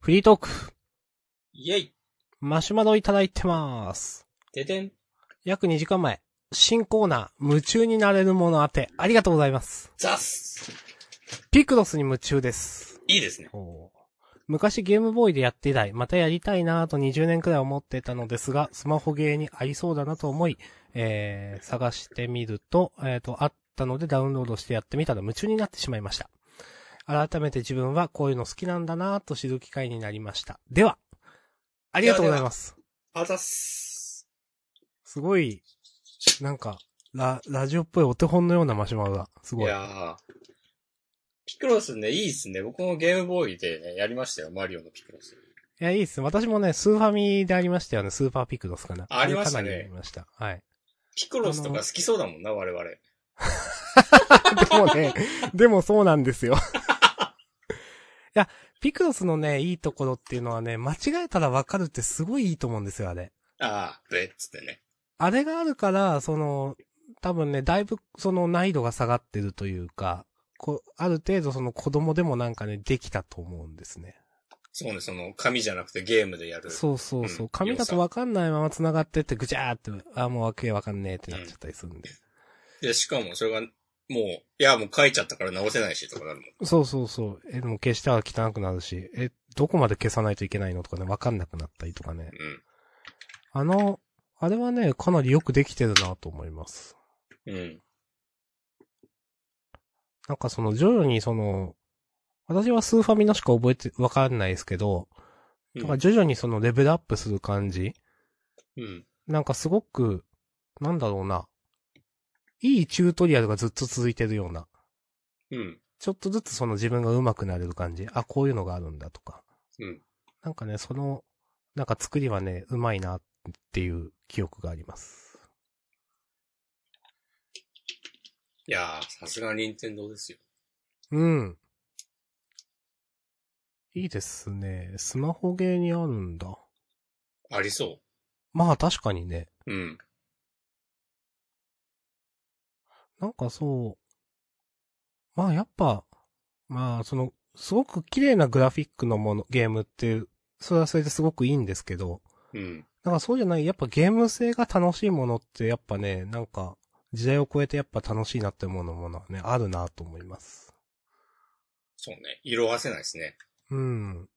フリートーク、イェイマシュマロいただいてます。ででん約2時間前、新コーナー、夢中になれるものあて、ありがとうございます。ザッスピクロスに夢中です。いいですね。昔ゲームボーイでやって以来、またやりたいなぁと20年くらい思ってたのですが、スマホゲーに合いそうだなと思い、えー、探してみると、えーと、あったのでダウンロードしてやってみたら夢中になってしまいました。改めて自分はこういうの好きなんだなぁと知る機会になりました。では、ありがとうございます。あざっす。すごい、なんか、ラ、ラジオっぽいお手本のようなマシュマロだ。すいごい。やー。ピクロスね、いいっすね。僕もゲームボーイでね、やりましたよ。マリオのピクロス。いや、いいっす。私もね、スーファミでありましたよね。スーパーピクロスかな。あありましたねあれかなりありました。はい。 ピクロスとか好きそうだもんな、我々。でもね、でもそうなんですよ。 いや、ピクロスのね、いいところっていうのはね、間違えたらわかるってすごいいいと思うんですよ、あれ。ああ、ブエッつってね。あれがあるから、その、多分ね、だいぶ、その難易度が下がってるというか、こう、ある程度その子供でもなんかね、できたと思うんですね。そうね、その、紙じゃなくてゲームでやる。そうそうそうう。ん紙だとわかんないまま繋がってって、ぐちゃーって、あ、もうわけわかんねえってなっちゃったりするんで。で、しかも、それが、もう、いや、もう書いちゃったから直せないし、とかなるもん。そうそうそう。え、でも消したら汚くなるし、え、どこまで消さないといけないのとかね、わかんなくなったりとかね。あの、あれはね、かなりよくできてるなと思います。うん。うん。なんかその、徐々にその、私はスーファミのしか覚えて、わかんないですけど、うんなんか徐々にそのレベルアップする感じ、うん。なんかすごく、なんだろうな、いいチュートリアルがずっと続いてるような、うん。ちょっとずつその自分が上手くなれる感じ、あ、こういうのがあるんだとか、うん。なんかね、その、なんか作りはね、うまいなっていう記憶があります。いやー、さすが任天堂ですよ。うん。いいですね。スマホゲーにあるんだ。ありそまあ確かにね。う。うん。なんかそう。まあやっぱ、まあその、すごく綺麗なグラフィックのもの、ゲームって、それはそれですごくいいんですけど、うん。なんかそうじゃない、やっぱゲーム性が楽しいものってやっぱね、なんか、時代を超えてやっぱ楽しいなって思うものはね、あるなと思います。そうね。色あせないですね。うん。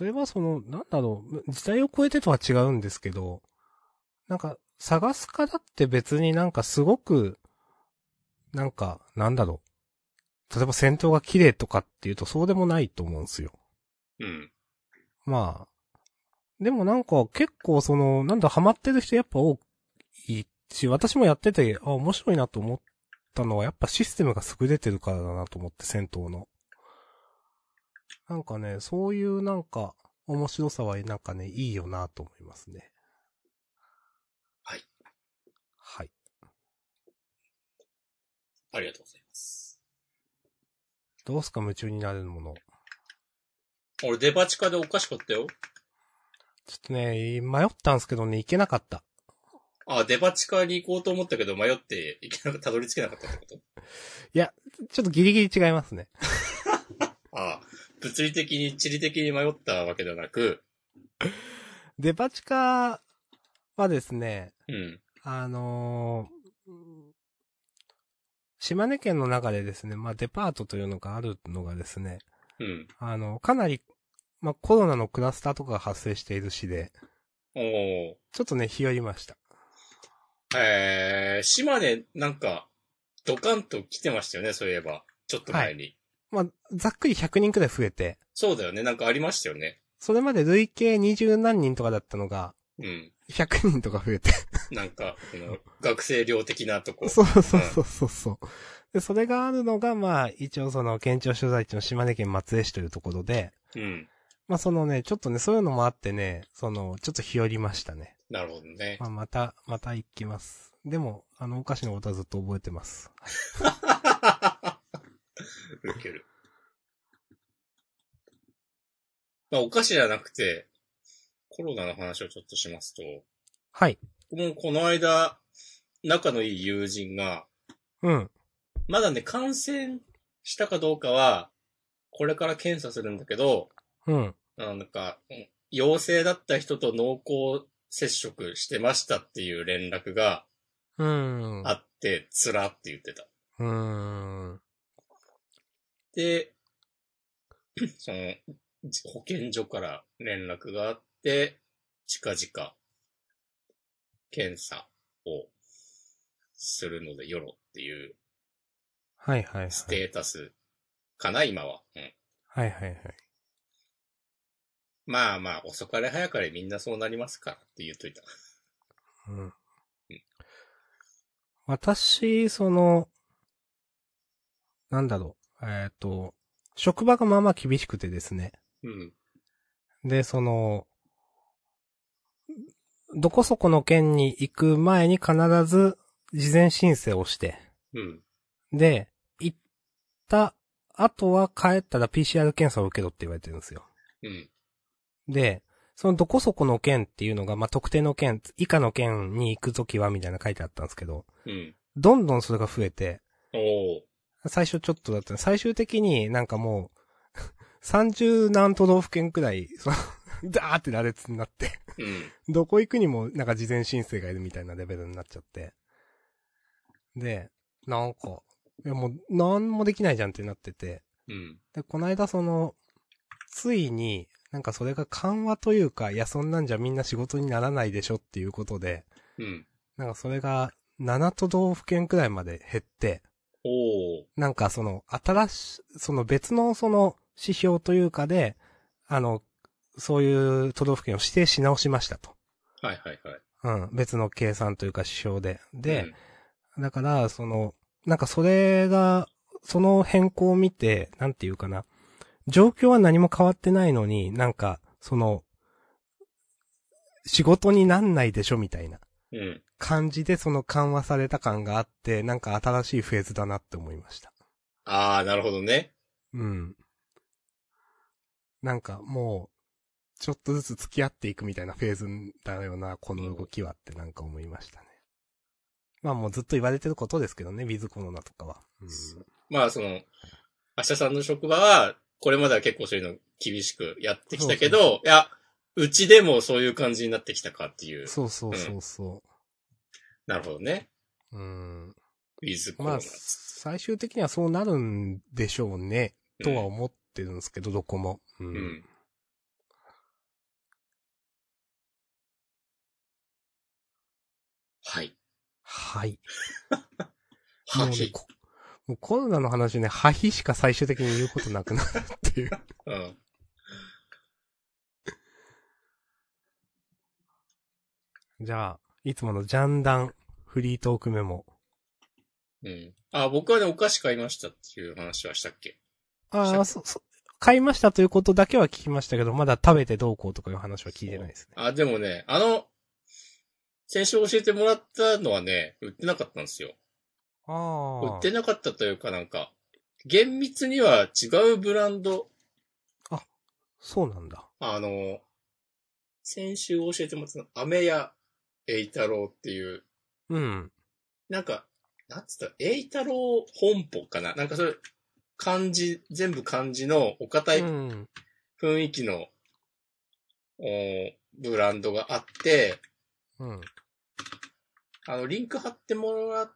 例えばその、なんだろう、時代を超えてとは違うんですけど、なんか、探すかだって別になんかすごく、なんか、なんだろう。例えば戦闘が綺麗とかっていうとそうでもないと思うんですよ。うん。まあ。でもなんか結構その、なんだ、ハマってる人やっぱ多いし、私もやってて、あ、面白いなと思ったのはやっぱシステムが優れてるからだなと思って、戦闘の。なんかね、そういうなんか、面白さはなんかね、いいよなと思いますね。はい。はい。ありがとうございます。どうすか夢中になれるもの。俺、デパ地下でお菓子買ったよ。ちょっとね、迷ったんですけどね、いけなかった。あ、デパ地下に行こうと思ったけど迷って、いけなくたどり着けなかったってことちょっとギリギリ違いますね。あ物理的に、地理的に迷ったわけではなく、デパ地下はですね、うん。あのー島根県の中でですね、まあデパートというのがあるのがですね、うん。あの、かなり、まあコロナのクラスターとかが発生している市で、おー。ちょっとね、日和りました。えー、島根、なんか、ドカンと来てましたよね、そういえば。ちょっと前に。まあ、ざっくり100人くらい増えて、そうだよね、なんかありましたよね。それまで累計20何人とかだったのが、うん。 100人とか増えて。なんか、この、学生寮的なとこ。そうそうそうそうそう。で、それがあるのが、まあ、一応その、県庁所在地の島根県松江市というところで、うん。まあそのね、ちょっとね、そういうのもあってね、その、ちょっと日和りましたね。なるほどね。まあ、また、また行きます。でも、あの、お菓子のことはずっと覚えてます。ウケる。まあ、お菓子じゃなくて、コロナの話をちょっとしますと、はい。もうこの間、仲のいい友人が、うん。まだね、感染したかどうかは、これから検査するんだけど、うん。なんか、うん陽性だった人と濃厚接触してましたっていう連絡がうん。あって、つらって言ってた。うん。で、 その、じ保健所から連絡があって、近々、検査をするのでよろっていうはいはいはい。ステータスかな、今は。うん。はいはいはい。まあまあ、遅かれ早かれみんなそうなりますからって言っといた。うん。私、その、なんだろう。えっ、と、職場がまあまあ厳しくてですね。うん。で、その、どこそこの県に行く前に必ず事前申請をして、うん。で、行った後は帰ったら PCR 検査を受けろって言われてるんですよ。うん。で、そのどこそこの県っていうのが、まあ、特定の県、以下の県に行くときはみたいな書いてあったんですけど、うん。どんどんそれが増えて、おー。最初ちょっとだった最終的になんかもう、30何都道府県くらい、その、 ダーって羅列になって、うん。どこ行くにもなんか事前申請がいるみたいなレベルになっちゃって。で、なんか、いやもう、なんもできないじゃんってなってて。うん。で、この間その、ついに、なんかそれが緩和というか、いや、そんなんじゃみんな仕事にならないでしょっていうことで、うん。なんかそれが7都道府県くらいまで減って、おー。なんかその、新し、その別のその指標というかで、あの、そういう都道府県を指定し直しましたと。はいはいはい。うん、別の計算というか指標で。で、だから、その、なんかそれが、その変更を見て、なんていうかな、状況は何も変わってないのに、なんか、その、仕事になんないでしょみたいなうん、うん。感じでその緩和された感があって、なんか新しいフェーズだなって思いました。あー、なるほどね。うん。なんかもう、ちょっとずつ付き合っていくみたいなフェーズだよな、この動きはってなんか思いましたね。まあもうずっと言われてることですけどね、ウィズコロナとかは。まあその、明日さんの職場は、これまでは結構そういうの厳しくやってきたけど、そう、。いや、うちでもそういう感じになってきたかっていううんそうそうそうそなるほどね。う。うん。ウィズコまロナあ、。最終的にはそうなるんでしょうね、とは思ってるんですけど、どこも。ううん。うん。はい。はい。もはうねい。こもうコロナの話ね、破皮しか最終的に言うことなくなるっていう。うん。じゃあ、いつものジャンダンフリートークメモ。うん。あ、僕はね、お菓子買いましたっていう話はしたっけしたあっあ、けそ、そ、買いましたということだけは聞きましたけど、まだ食べてどうこうとかいう話は聞いてないですね。あ、でもね、あの、先週教えてもらったのはね、売ってなかったんですよ。ああ売ってなかったというかなんか、厳密には違うブランド、そうなんだ。あの、先週教えてもらったアメヤエイタロウっていう、うん。なんか、なんつったら、エイタロウ本舗かななんかそれ、漢字、全部漢字のお堅いうん。雰囲気の、おブランドがあって、うん。あの、リンク貼ってもらっ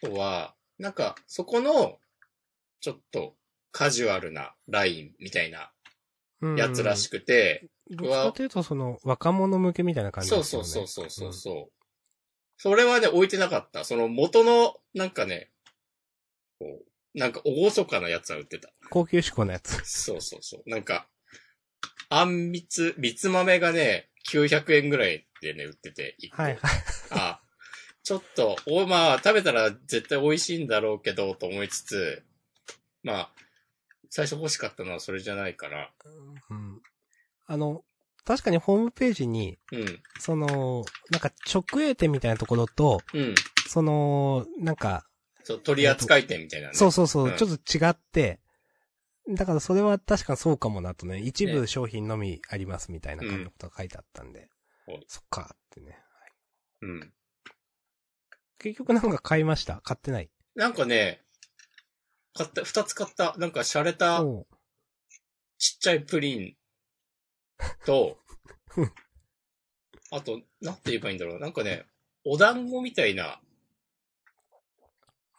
たとは、なんか、そこの、ちょっと、カジュアルなラインみたいなうん。やつらしくて、どっちかというと、その、若者向けみたいな感じそうですそようね。そうそうそうそう、それはね、置いてなかった。その元の、なんかね、こう、なんか、おごそかなやつは売ってた。高級志向のやつ。そうそうそう。なんか、あんみつ、みつ豆がね、900円ぐらいでね、売ってて、一個はいはい。あ、ちょっと、お、まあ、食べたら絶対美味しいんだろうけど、と思いつつ、まあ、最初欲しかったのはそれじゃないから、うん。あの、確かにホームページに、うん、その、なんか直営店みたいなところと、うん、その、なんか、そう、取り扱い店みたいなね。そうそうそう、うんちょっと違って、だからそれは確かそうかもなとね、一部商品のみありますみたいな感じのことが書いてあったんで、うんそっかってね。うん。結局なんか買いました買ってないなんかね、買った、二つ買った、なんか洒落たおうちっちゃいプリンと、あと、なんて言えばいいんだろう。なんかね、お団子みたいな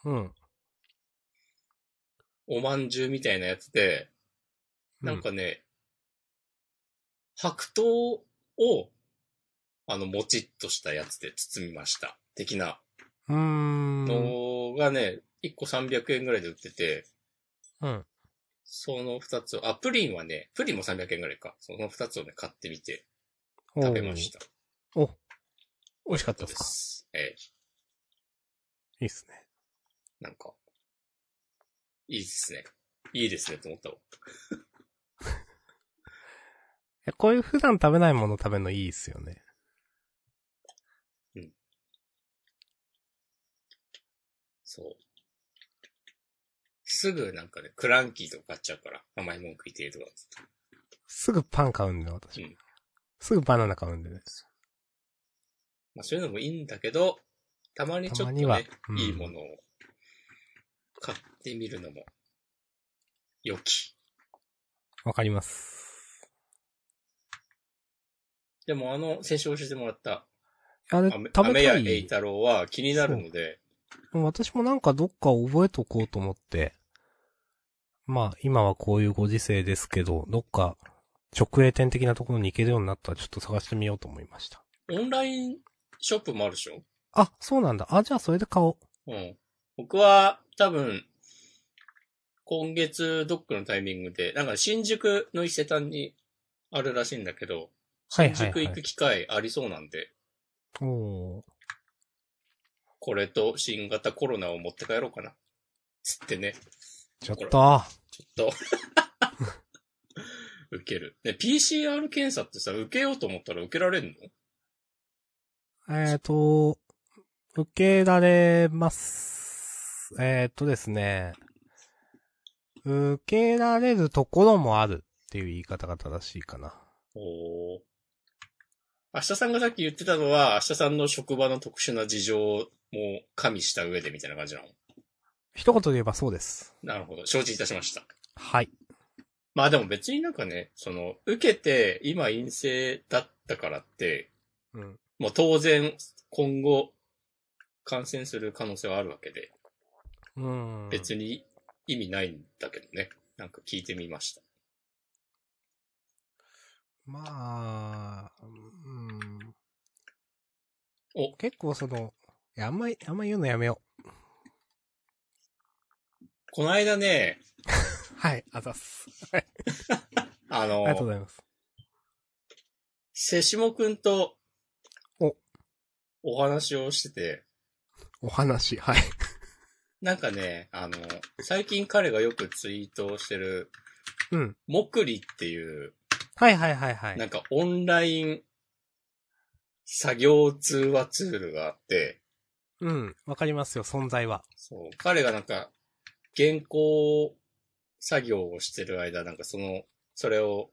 うん。おまんじゅうみたいなやつで、なんかね、白桃を、あの、もちっとしたやつで包みました。的なうーん。のがね、1個300円ぐらいで売ってて、うん。その2つを、あ、プリンはね、プリンも300円ぐらいか。その2つをね、買ってみて食べました。おう。お美味しかったそうでですかす。ええいいっすね。なんか、いいですね。いいですね、と思ったわ。えこういう普段食べないもの食べるのいいっすよね。そう。すぐなんかね、クランキーとか買っちゃうから、甘いもん食いてるとかっつって。すぐパン買うんだよ、私。うんすぐバナナ買うんでね。まあそういうのもいいんだけど、たまにちょっまたとにはね、うんいいものを買ってみるのも、良き。わかります。でもあの、先週教えてもらった、あれ、あめ食べたや栄い。太郎は気になるので、私もなんかどっか覚えとこうと思って。まあ、今はこういうご時世ですけど、どっか直営店的なところに行けるようになったらちょっと探してみようと思いました。オンラインショップもあるでしょあ、そうなんだ。あ、じゃあそれで買おう。うん。僕は多分、今月ドックのタイミングで、なんか新宿の伊勢丹にあるらしいんだけど、はい新宿行く機会ありそうなんで、おーこれと新型コロナを持って帰ろうかな。つってね、ちょっと、ちょっと。受ける。ね、PCR 検査ってさ、受けようと思ったら受けられんのえっ、と、受けられます。えっ、とですね、受けられるところもあるっていう言い方が正しいかな。おー。明日さんがさっき言ってたのは、明日さんの職場の特殊な事情も加味した上でみたいな感じなの一言で言えばそうです。なるほど。承知いたしました。はい。まあでも別になんかね、その、受けて今陰性だったからって、うん。もう当然今後感染する可能性はあるわけで、うん。別に意味ないんだけどね。なんか聞いてみました。まあ、うん。お結構その、いや、あんまり、あんまり言うのやめよこの間ね、う。はい、あざっす。はい、あありがとうごの、ざいます。瀬下くんと、お、お話をしてて、お話、はい。なんかね、あの、最近彼がよくツイートをしてる、うん。もくりっていう、はいはいはいはい。なんかオンライン作業通話ツールがあって、うん。わかりますよ、存在は。そう、彼がなんか、原稿作業をしてる間、なんかその、それを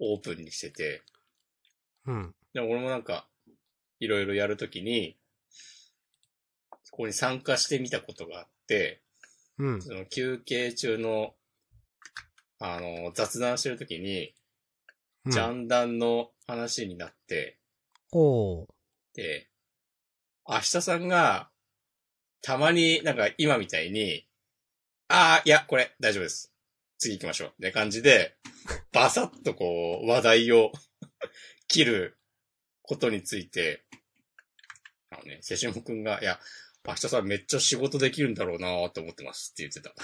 オープンにしてて、うん。でも俺もなんか、いろいろやるときに、そこに参加してみたことがあって、うん。その休憩中の、あの、雑談してるときに、うんジャンダンの話になって、おー。 で、明日さんが、たまになんか今みたいに、ああ、いや、これ大丈夫です。次行きましょう。って感じで、バサッとこう、話題を 切ることについて、あのね、瀬下くんが、いや、明日さんめっちゃ仕事できるんだろうなーと思ってますって言ってた。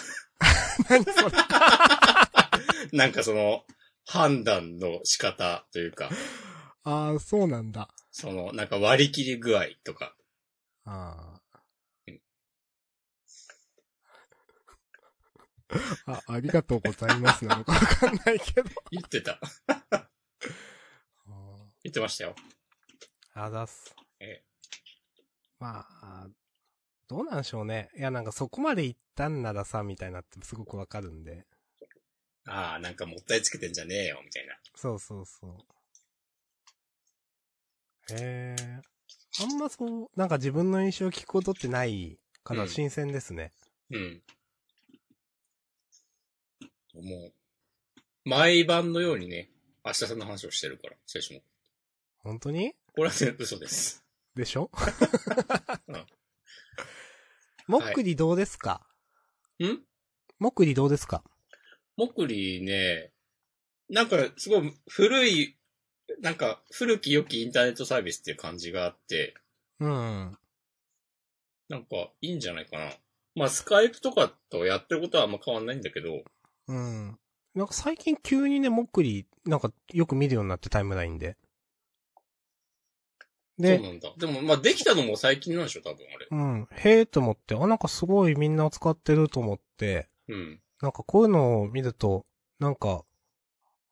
何 それなんかその、判断の仕方というか、ああ、そうなんだ。その、なんか割り切り具合とか、ああ。あ、ありがとうございますなのかわかんないけど。 言ってた。言ってましたよ。あざっす。ええまあ、どうなんでしょうね。いや、なんかそこまで行ったんならさ、みたいなってすごくわかるんで。ああ、なんかもったいつけてんじゃねえよ、みたいな。そうそうそう。へえ。あんまそう、なんか自分の印象を聞くことってないかうらん新鮮ですね。うん。もう、毎晩のようにね、明日さんの話をしてるから、先週も。本当にこれは全部嘘です。でしょうん もっくりどうですか、んもっくりどうですかモクリね、なんかすごい古い、なんか古き良きインターネットサービスっていう感じがあって、うん。なんかいいんじゃないかな。まあスカイプとかとやってることはあんま変わんないんだけど、うん。なんか最近急にね、もっくり、なんかよく見るようになってタイムラインで。そうで、なんだ。でもまあできたのも最近なんでしょ、多分あれ。うん。へえと思って、あ、なんかすごいみんな使ってると思って、うん。なんかこういうのを見ると、なんか、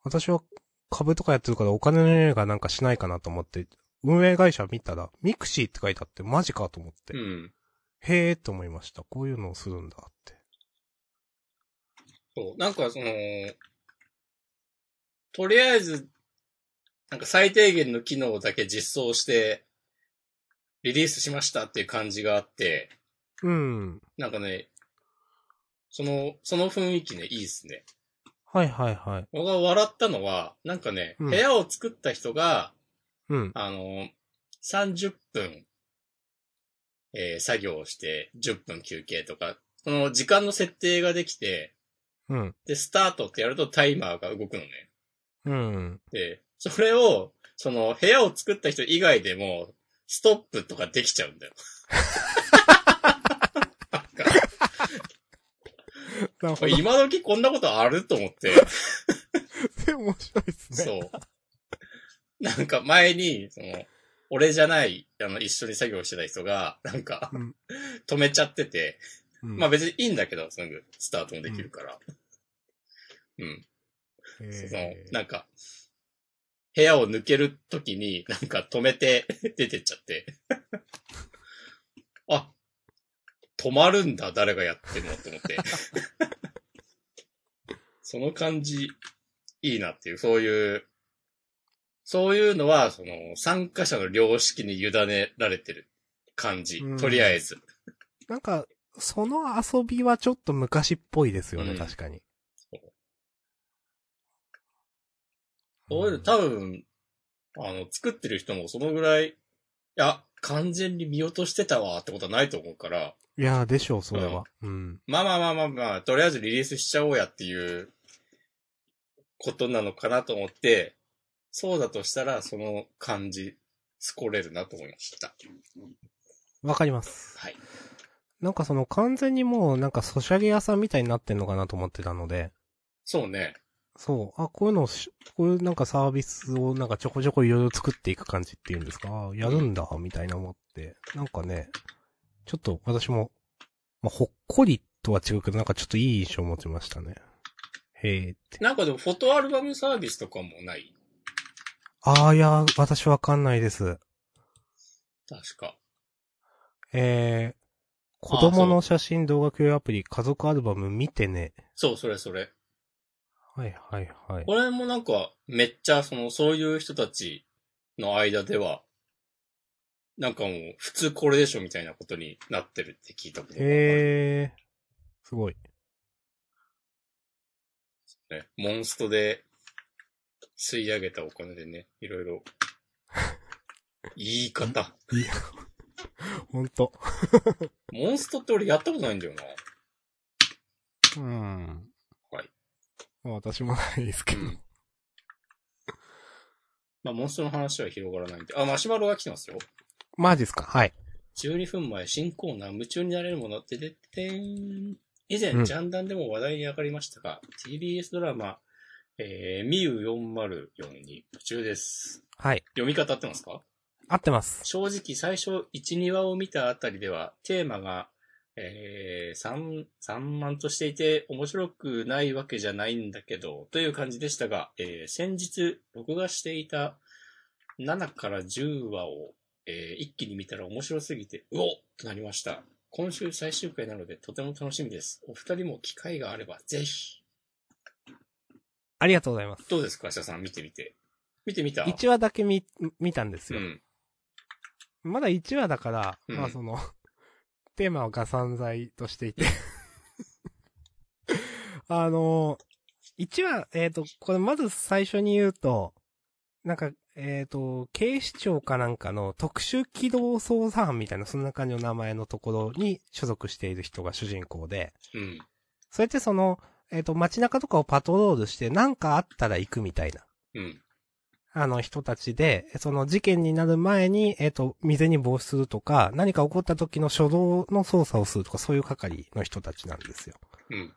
私は株とかやってるからお金の匂いがなんかしないかなと思って、運営会社見たら、ミクシーって書いてあって、マジかと思って、うん。へえと思いました。こういうのをするんだって。そう。なんかその、とりあえず、なんか最低限の機能だけ実装して、リリースしましたっていう感じがあって、うん。なんかね、その、その雰囲気ね、いいっすね。はいはいはい。僕が笑ったのは、なんかね、うん部屋を作った人が、うん。あの、30分、えー作業をして、10分休憩とか、その時間の設定ができて、うん。で、スタートってやるとタイマーが動くのね。うん。で、それを、その、部屋を作った人以外でも、ストップとかできちゃうん だよ。なんなかるこほれど。今時こんなことあると 思って。面白いですね。そう。なんか前に、その、俺じゃない、あの、一緒に作業してた人が、なんか、うん止めちゃってて、うん。まあ別にいいんだけど、すぐスタートもできるから。うん。へそーの、なんか、部屋を抜けるときに、なんか止めて 出てっちゃって。あ、止まるんだ、誰がやっても、と思って。 その感じ、いいなっていう、そういう、そういうのは、その、参加者の良識に委ねられてる感じうん。とりあえず。なんか、その遊びはちょっと昔っぽいですよね、うん確かに。そういうの多分、あの、作ってる人もそのぐらい、いや、完全に見落としてたわってことはないと思うから、いやー、でしょう、それは。うん。まあまあまあまあまあ、とりあえずリリースしちゃおうやっていうことなのかなと思って、そうだとしたら、その感じ、すこれるなと思いました。わかります。はい。なんかその完全にもう、なんかソシャゲ屋さんみたいになってんのかなと思ってたので、そうね。そう、あ、こういうのをし、こういうなんかサービスをなんかちょこちょこいろいろ作っていく感じっていうんですか、あーやるんだ、みたいな思って、なんかね、ちょっと私も、まあ、ほっこりとは違うけど、なんかちょっといい印象を持ちましたね。へえって。なんかでも、フォトアルバムサービスとかもないああ、いや、私わかんないです。確か。えー、子あ供の写真動画共有アプリ家族アルバム見てね。そう、それそれ。はいはいはい。これもなんか、めっちゃ、その、そういう人たちの間では、なんかもう、普通これでしょみたいなことになってるって聞いたことがあるへえー、すごい。ね、モンストで吸い上げたお金でね、いろいろ。言い方。いや、ほんと。モンストって俺やったことないんだよな。うん。はい。私もないですけど。うんまあ、モンストの話は広がらないんで。あ、マシュマロが来てますよ。マジっすかはい。 12分前、新コーナー、夢中になれるものってでってん。以前、うんジャンダンでも話題に上がりましたが、TBS ドラマ、えー、ミュ4042、夢中です。はい。読み方合ってますか合ってます。正直最初1、2話を見たあたりではテーマが、えー、散散漫としていて面白くないわけじゃないんだけどという感じでしたが、えー先日録画していた7から10話を、えー一気に見たら面白すぎてうおっとなりました。今週最終回なのでとても楽しみです。お二人も機会があればぜひ。ありがとうございます。どうですか、社さん見てみて。見てみた1話だけ見、見たんですよ。うん。まだ1話だから、うんまあその、 テ ーマはが散在としていて。あの1は、えっ、と、これまず最初に言うと、なんか、えっ、と、警視庁かなんかの特殊機動捜査班みたいな、そんな感じの名前のところに所属している人が主人公で、うん。それってその、えっ、と、街中とかをパトロールして、なんかあったら行くみたいな、うん。あの人たちで、その事件になる前に、えっ、と、未然に防止するとか、何か起こった時の初動の捜査をするとか、そういう係の人たちなんですよ。うん。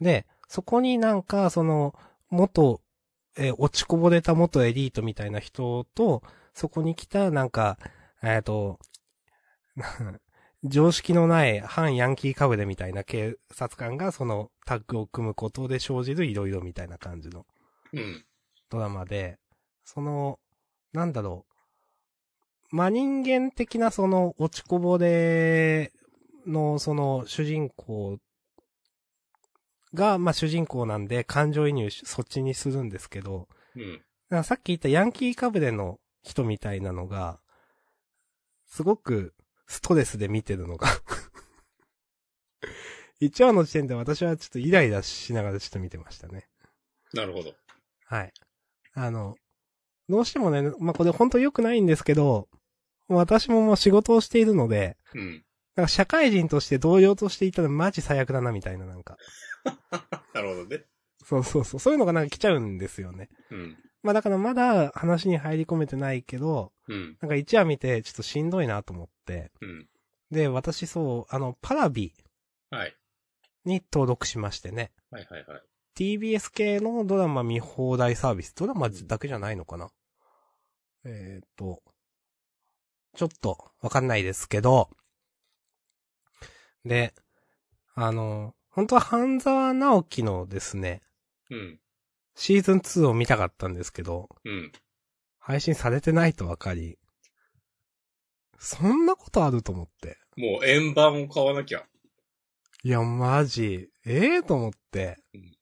で、そこになんか、その、元、えー落ちこぼれた元エリートみたいな人と、そこに来た、なんか、えっ、と、 常識のない反ヤンキーカブレみたいな警察官が、そのタッグを組むことで生じるいろいろみたいな感じのうん。ドラマで、その、なんだろう、真人間的なその落ちこぼれのその主人公が、まあ主人公なんで感情移入しそっちにするんですけど、うん。なんかさっき言ったヤンキーカブレの人みたいなのが、すごくストレスで見てるのが。 一話の時点で私はちょっとイライラしながらちょっと見てましたね。なるほど。はい。あの、どうしてもね、まあ、これ本当良くないんですけど、もう私ももう仕事をしているので、うん。なんか社会人として同僚としていたらマジ最悪だなみたいななんか。 なるほどね。そうそうそう。そういうのがなんか来ちゃうんですよね。うん。まあだからまだ話に入り込めてないけど、うん。なんか一話見てちょっとしんどいなと思って。うん。で、私そう、あの、パラビはい。に登録しましてね。はいはいはい。 TBS 系のドラマ見放題サービス。ドラマだけじゃないのかなえっ、と、ちょっとわかんないですけど、で、あの、本当は半沢直樹のですね、うん。シーズン2を見たかったんですけど、うん。配信されてないとわかり、そんなことあると思って。もう円盤を買わなきゃ。いや、マジ、ええと思ってうん、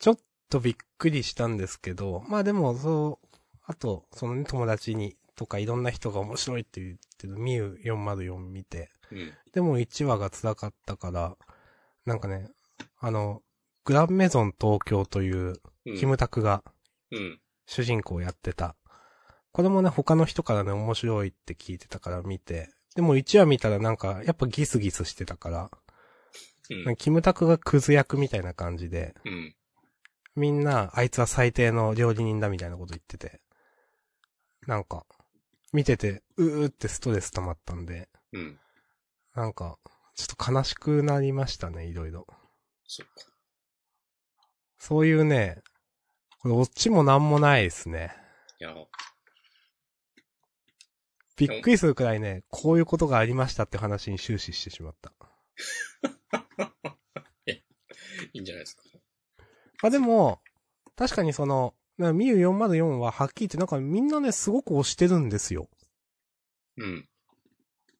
ちょっとびっくりしたんですけど、まあでも、そう、あと、そのね、友達に、とかいろんな人が面白いって言ってる、ミュ404見て、うん。でも1話が辛かったから、なんかね、あの、グランメゾン東京という、うん。キムタクがうん。主人公をやってた。これもね、他の人からね、面白いって聞いてたから見て、でも1話見たらなんか、やっぱギスギスしてたから、うなんん。かキムタクがクズ役みたいな感じで、うん。みんな、あいつは最低の料理人だみたいなこと言ってて、なんか、見てて、うーってストレス溜まったんで、うん。なんか、ちょっと悲しくなりましたね、いろいろ。そっか。そういうね、これ、オチもなんもないですね。いや、びっくりするくらいね、こういうことがありましたって話に終始してしまった。いいんじゃないですか。まあでも、確かにその、なミュ404ははっきり言ってなんかみんなね、すごく推してるんですよ。うん。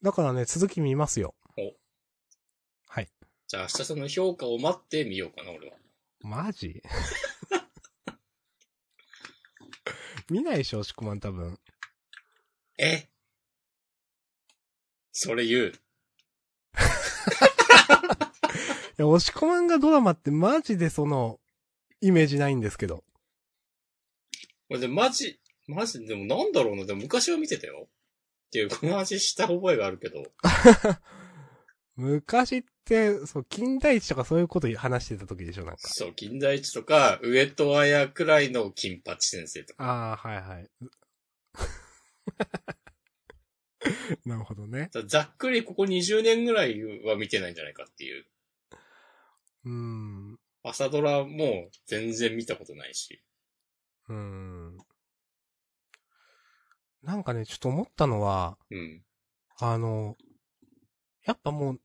だからね、続き見ますよ。おはい。じゃあ明日その評価を待ってみようかな、俺は。マジ 見ないでしょ、しこまん多分。えそれ言う。いや、押し込まんがドラマってマジでその、イメージないんですけど。俺で、マジ、マジ、でもなんだろうな、でも昔は見てたよ。っていう、この話した覚えがあるけど。昔って、そう、金田一とかそういうこと話してた時でしょ、なんか。そう、金田一とか、上戸彩くらいの金八先生とか。ああ、はいはい。 なるほどね。だざっくりここ20年ぐらいは見てないんじゃないかっていう。うーん。朝ドラも全然見たことないし。うーん。なんかね、ちょっと思ったのは、うん。あの、やっぱもう、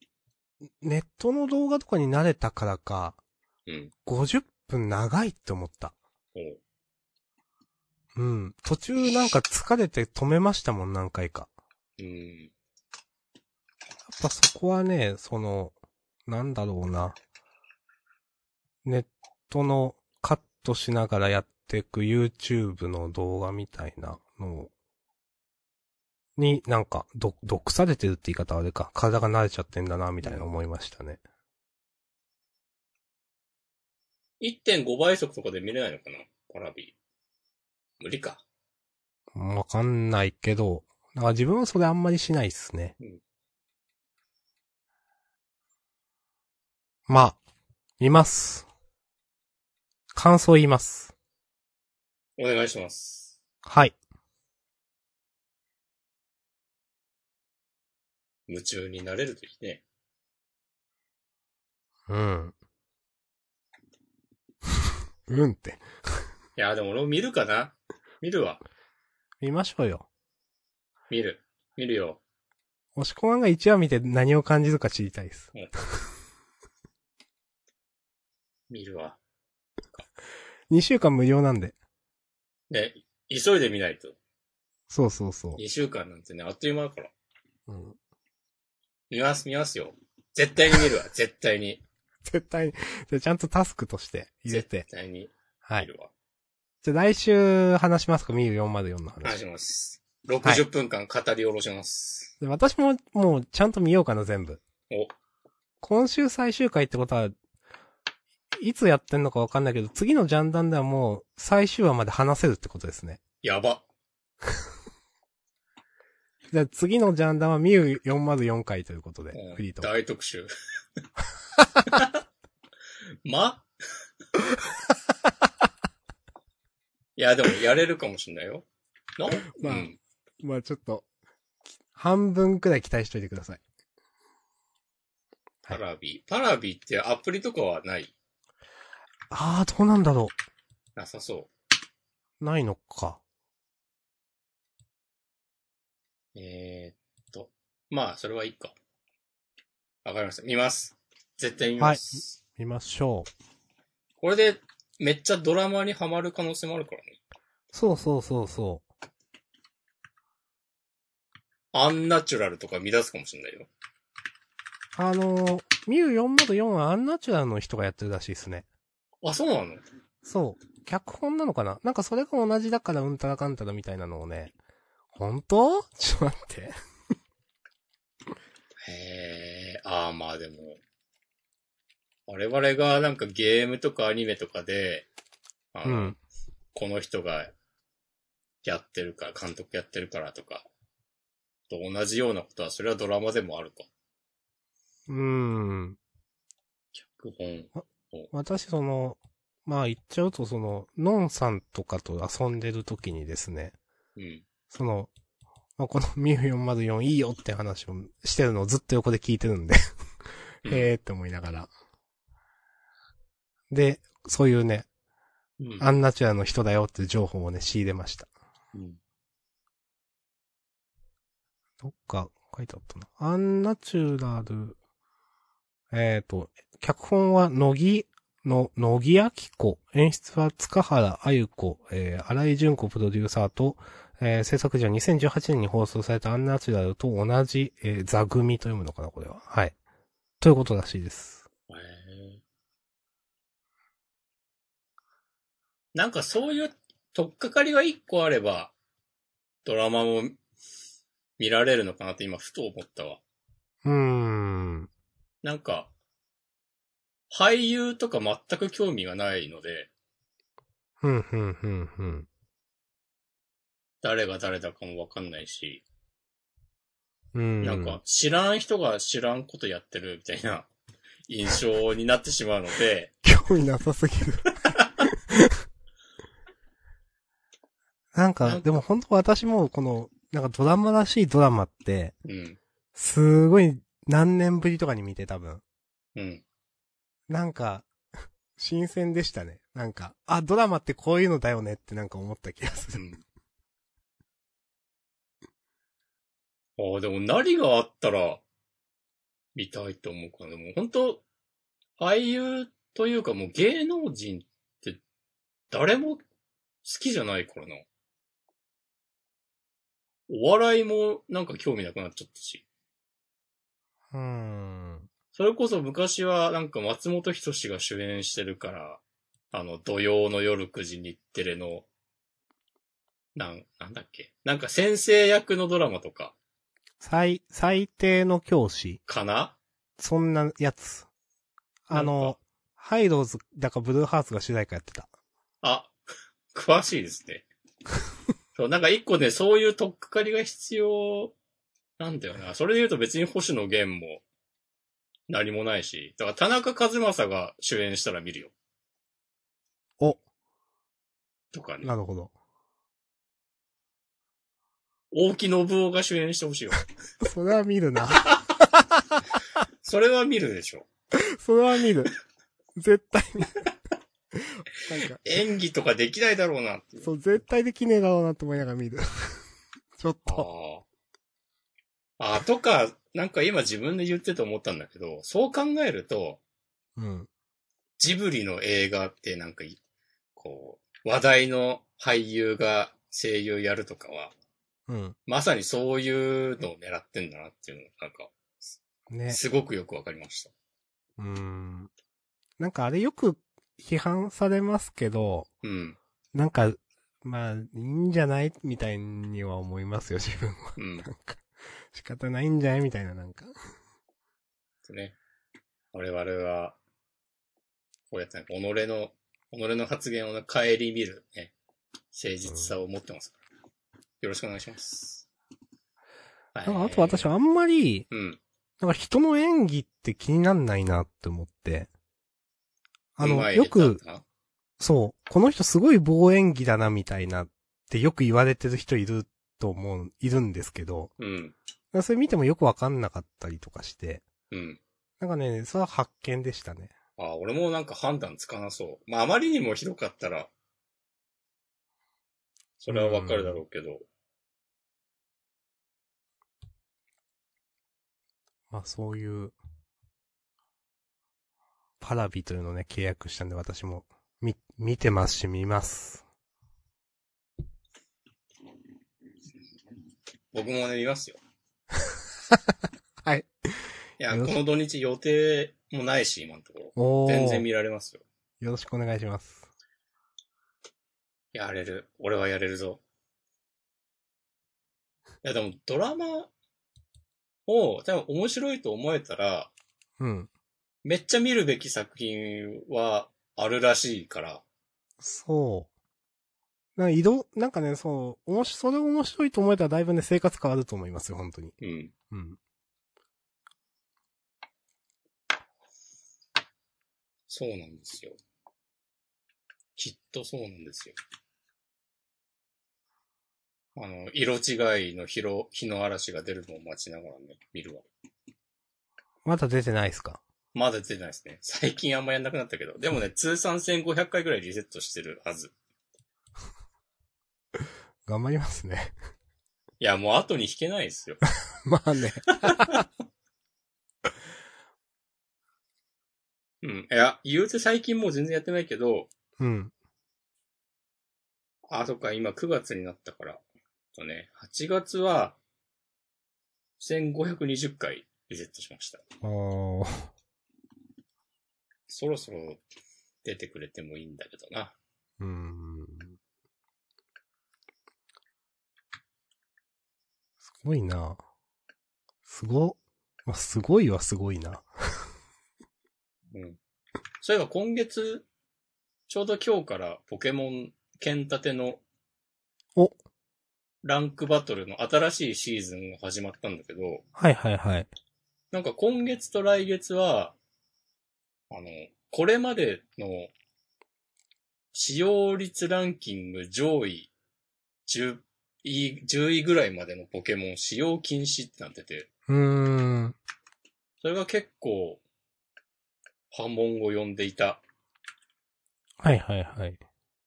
ネットの動画とかに慣れたからか、うん。 50分長いって思った。おううん。途中なんか疲れて止めましたもん、何回か。うん。やっぱそこはね、その、なんだろうな。ネットのカットしながらやっていく YouTube の動画みたいなのをになんか、ど、毒されてるって言い方はあれか、体が慣れちゃってんだな、みたいな思いましたね。 1.5倍速とかで見れないのかなパラビ。無理か。わかんないけど、なんか自分はそれあんまりしないっすね。うんまあ、います。感想言います。お願いします。はい。夢中になれるといいね。うん。 うんって。いや、でも俺も見るかな見るわ。見ましょうよ。見る。見るよ。押し込まんが1話見て何を感じるか知りたいです。見るわ。 2週間無料なんで。ね、急いで見ないと。そうそうそ2週間なんてね、あっという間だから。う。うん、見ます、見ますよ。絶対に見るわ。絶対に。絶対に、それちゃんとタスクとして入れて絶。対には見い。るわ。じゃあ来週話しますか、ミル404の話話。します。60分間語り下ろします。で私ももうちゃんと見ようかな、全部。お、今週最終回ってことは、いつやってんのかわかんないけど、次のジャンダンではもう最終話まで話せるってことですね。やば。じゃあ次のジャンダンはミュ404回ということでうん、フリートーク。大 特集。ま いや、でもやれるかもしんないよ。な、まあうん。まあちょっと、半分くらい期待しといてください。パラビ。パラビってアプリとかはないあー、どうなんだろ。なさそうないのか。う。えー、っと。まあ、それはいいか。わかりました。見ます。絶対見ます。見ましょう。これで、めっちゃドラマにはまる可能性もあるからね。そうそうそうそアンナチュラルとか見出すかもしんないよ。う。あのー、ミュ404はアンナチュラルの人がやってるらしいですね。あ、そうなのそう。脚本なのかななんかそれが同じだからうんたらかんたらみたいなのをね。本当 ちょっと待って。へえ、ああ、まあでも、我々がなんかゲームとかアニメとかで、あうのん。この人がやってるから、監督やってるからとか、と同じようなことは、それはドラマでもあるか。うーん。脚本。私その、まあ言っちゃうとその、ノンさんとかと遊んでる時にですね、うん。その、まあ、このミュ404いいよって話をしてるのをずっと横で聞いてるんで、うんへーって思いながら。で、そういうね、うんアンナチュラの人だよっていう情報をね、仕入れました。うん。どっか書いてあったな。アンナチュラル、えっ、と、脚本は乃木、の、乃木明子、演出は塚原あゆ子、えー、荒井純子プロデューサーと、えー制作時は2018年に放送されたアンナチュラルと同じ、えー、座組と読むのかな、これは。はい。ということらしいです。へえなんかそういう、とっかかりが一個あれば、ドラマも見られるのかなって今、ふと思ったわ。うーん。なんか、俳優とか全く興味がないので、ふんふんふんふん。誰が誰だかもわかんないし、うーん。なんか、知らん人が知らんことやってるみたいな印象になってしまうので、興味なさすぎ る。なんなんか、かでも本当私もこの、なんかドラマらしいドラマって、うん、すごい何年ぶりとかに見て多分。うん、なんか、新鮮でしたね。なんか、あ、ドラマってこういうのだよねってなんか思った気がすうる。ん。ああ、でも何があったら、見たいと思うかな。でも本当俳優というかもう芸能人って、誰も好きじゃないからな。お笑いもなんか興味なくなっちゃったし。うーん。それこそ昔はなんか松本人志が主演してるから、あの土曜の夜9時日テレの、なん、なんだっけ。なんか先生役のドラマとか、最、最低の教師。かなそんなやつ。あなんのか、ハイローズだかブルーハーツが主題歌やってた。あ、 詳しいですね。そう、なんか一個ね、そういうとっかかりが必要なんだよな。それで言うと別に星野源も何もないし、だから田中和正が主演したら見るよ。お、とかね。なるほど。大木信夫が主演してほしいよ。それは見るな。 それは見るでしょ。それは見る。絶対見る。なんか、演技とかできないだろうなっていう。そう、絶対できねえだろうなって思いながら見る。 ちょっ あと。あ。あ、とか、なんか今自分で言ってて思ったんだけど、そう考えると、うん。ジブリの映画ってなんかい、こう、話題の俳優が声優やるとかは、うん。まさにそういうのを狙ってんだなっていうのが、なんか、ね。すごくよくわかりました。うーん。なんかあれよく批判されますけど、うん。なんか、まあ、いいんじゃないみたいには思いますよ、自分は。うん。仕方ないんじゃないみたいな、なんか。ね。我々は、こうやってなんか己の、己の発言をね顧みるね、誠実さを持ってますから。よろしくお願いします。なはんかあと私はあんまり、うん。なんか人の演技って気になんないなって思って。あうの、まいよく下手、だったそう、この人すごい棒演技だな、みたいなってよく言われてる人いると思う、いるんですけど、なうん。それ見てもよくわかんなかったりとかして、うん。なんかね、それは発見でしたね。あ、俺もなんか判断つかなそう。まあ、あまりにもひどかったら、それはわかるだろうけど。まあそういう、パラビというのをね、契約したんで私も、み、見てますし見ます。僕もね、見ますよ。 はい。いや、よろこしの土日予定もないし、今のとこおろ。ー。全然見られますよ。よろしくお願いします。やれる。俺はやれるぞ。いや、でもドラマを多分面白いと思えたら、うん。めっちゃ見るべき作品はあるらしいから。そう。なんか移動、なんかね、そう、おもし、それ面白いと思えたらだいぶね、生活変わると思いますよ、本当に。うん。うん。そうなんですよ。きっとそうなんですよ。あの、色違いの日の日の嵐が出るのを待ちながらね、見るわ。まだ出てないですかまだ出てないですね。最近あんまやんなくなったけど。でもね、通算1500回ぐらいリセットしてるはず。頑張りますね。 いや、もう後に引けないですよ。まあね。うん。いや、言うて最近もう全然やってないけど、うん。あ、そっか、今9月になったから。そうね、8月は、1520回リセットしました。おー。そろそろ出てくれてもいいんだけどな。うーん。すごいな。すご、まあ、すごいはすごいな。うん。そういえば今月、ちょうど今日からポケモン剣立ての、おランクバトルの新しいシーズンが始まったんだけど、はいはいはい。なんか今月と来月は、あの、これまでの使用率ランキング上位10位、10位ぐらいまでのポケモン使用禁止ってなってて、うーん。それが結構波紋を呼んでいた。はいはいはい。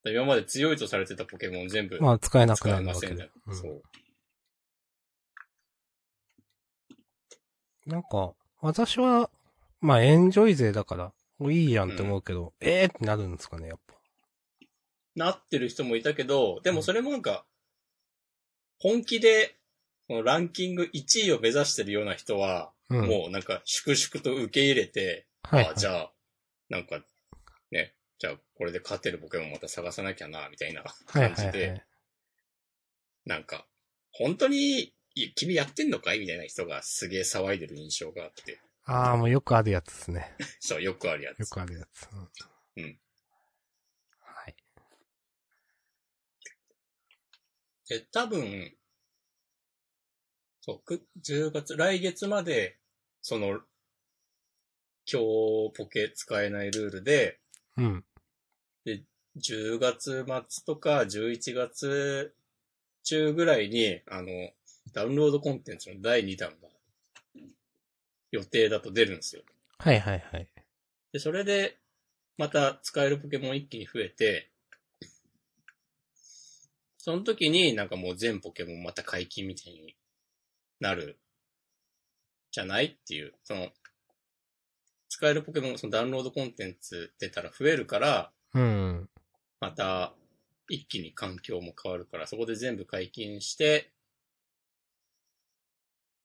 今まで強いとされてたポケモン全部まあ使えなく使なえるまわせけんでね。。そう。なんか、私は、まあエンジョイ勢だから、おいいやんって思うけど、ええーってなるんですかね、やっぱ。なってる人もいたけど、でもそれもなんか、本気で、このランキング1位を目指してるような人は、うん。もうなんか粛々と受け入れて、はい、はあ、じい。ゃあ、なんか、ね、じゃあこれで勝てるポケモンまた探さなきゃな、みたいな はい感はじいで、はい。なんか、本当にい君やってんのかいみたいな人がすげえ騒いでる印象があって。ああ、もうよくあるやつですね。そう、よくあるやよつ。くあるやつ。ううん。はい。で、多分、そう、く10月、来月まで、その、今日ポケ使えないルールで、うん。 10月末とか11月中ぐらいに、あの、ダウンロードコンテンツの第2弾が予定だと出るんですよ。はいはいはい。で、それで、また使えるポケモン一気に増えて、その時になんかもう全ポケモンまた解禁みたいになる、じゃないっていう、その、使えるポケモン、そのダウンロードコンテンツ出たら増えるから、うん。また、一気に環境も変わるから、そこで全部解禁して、っ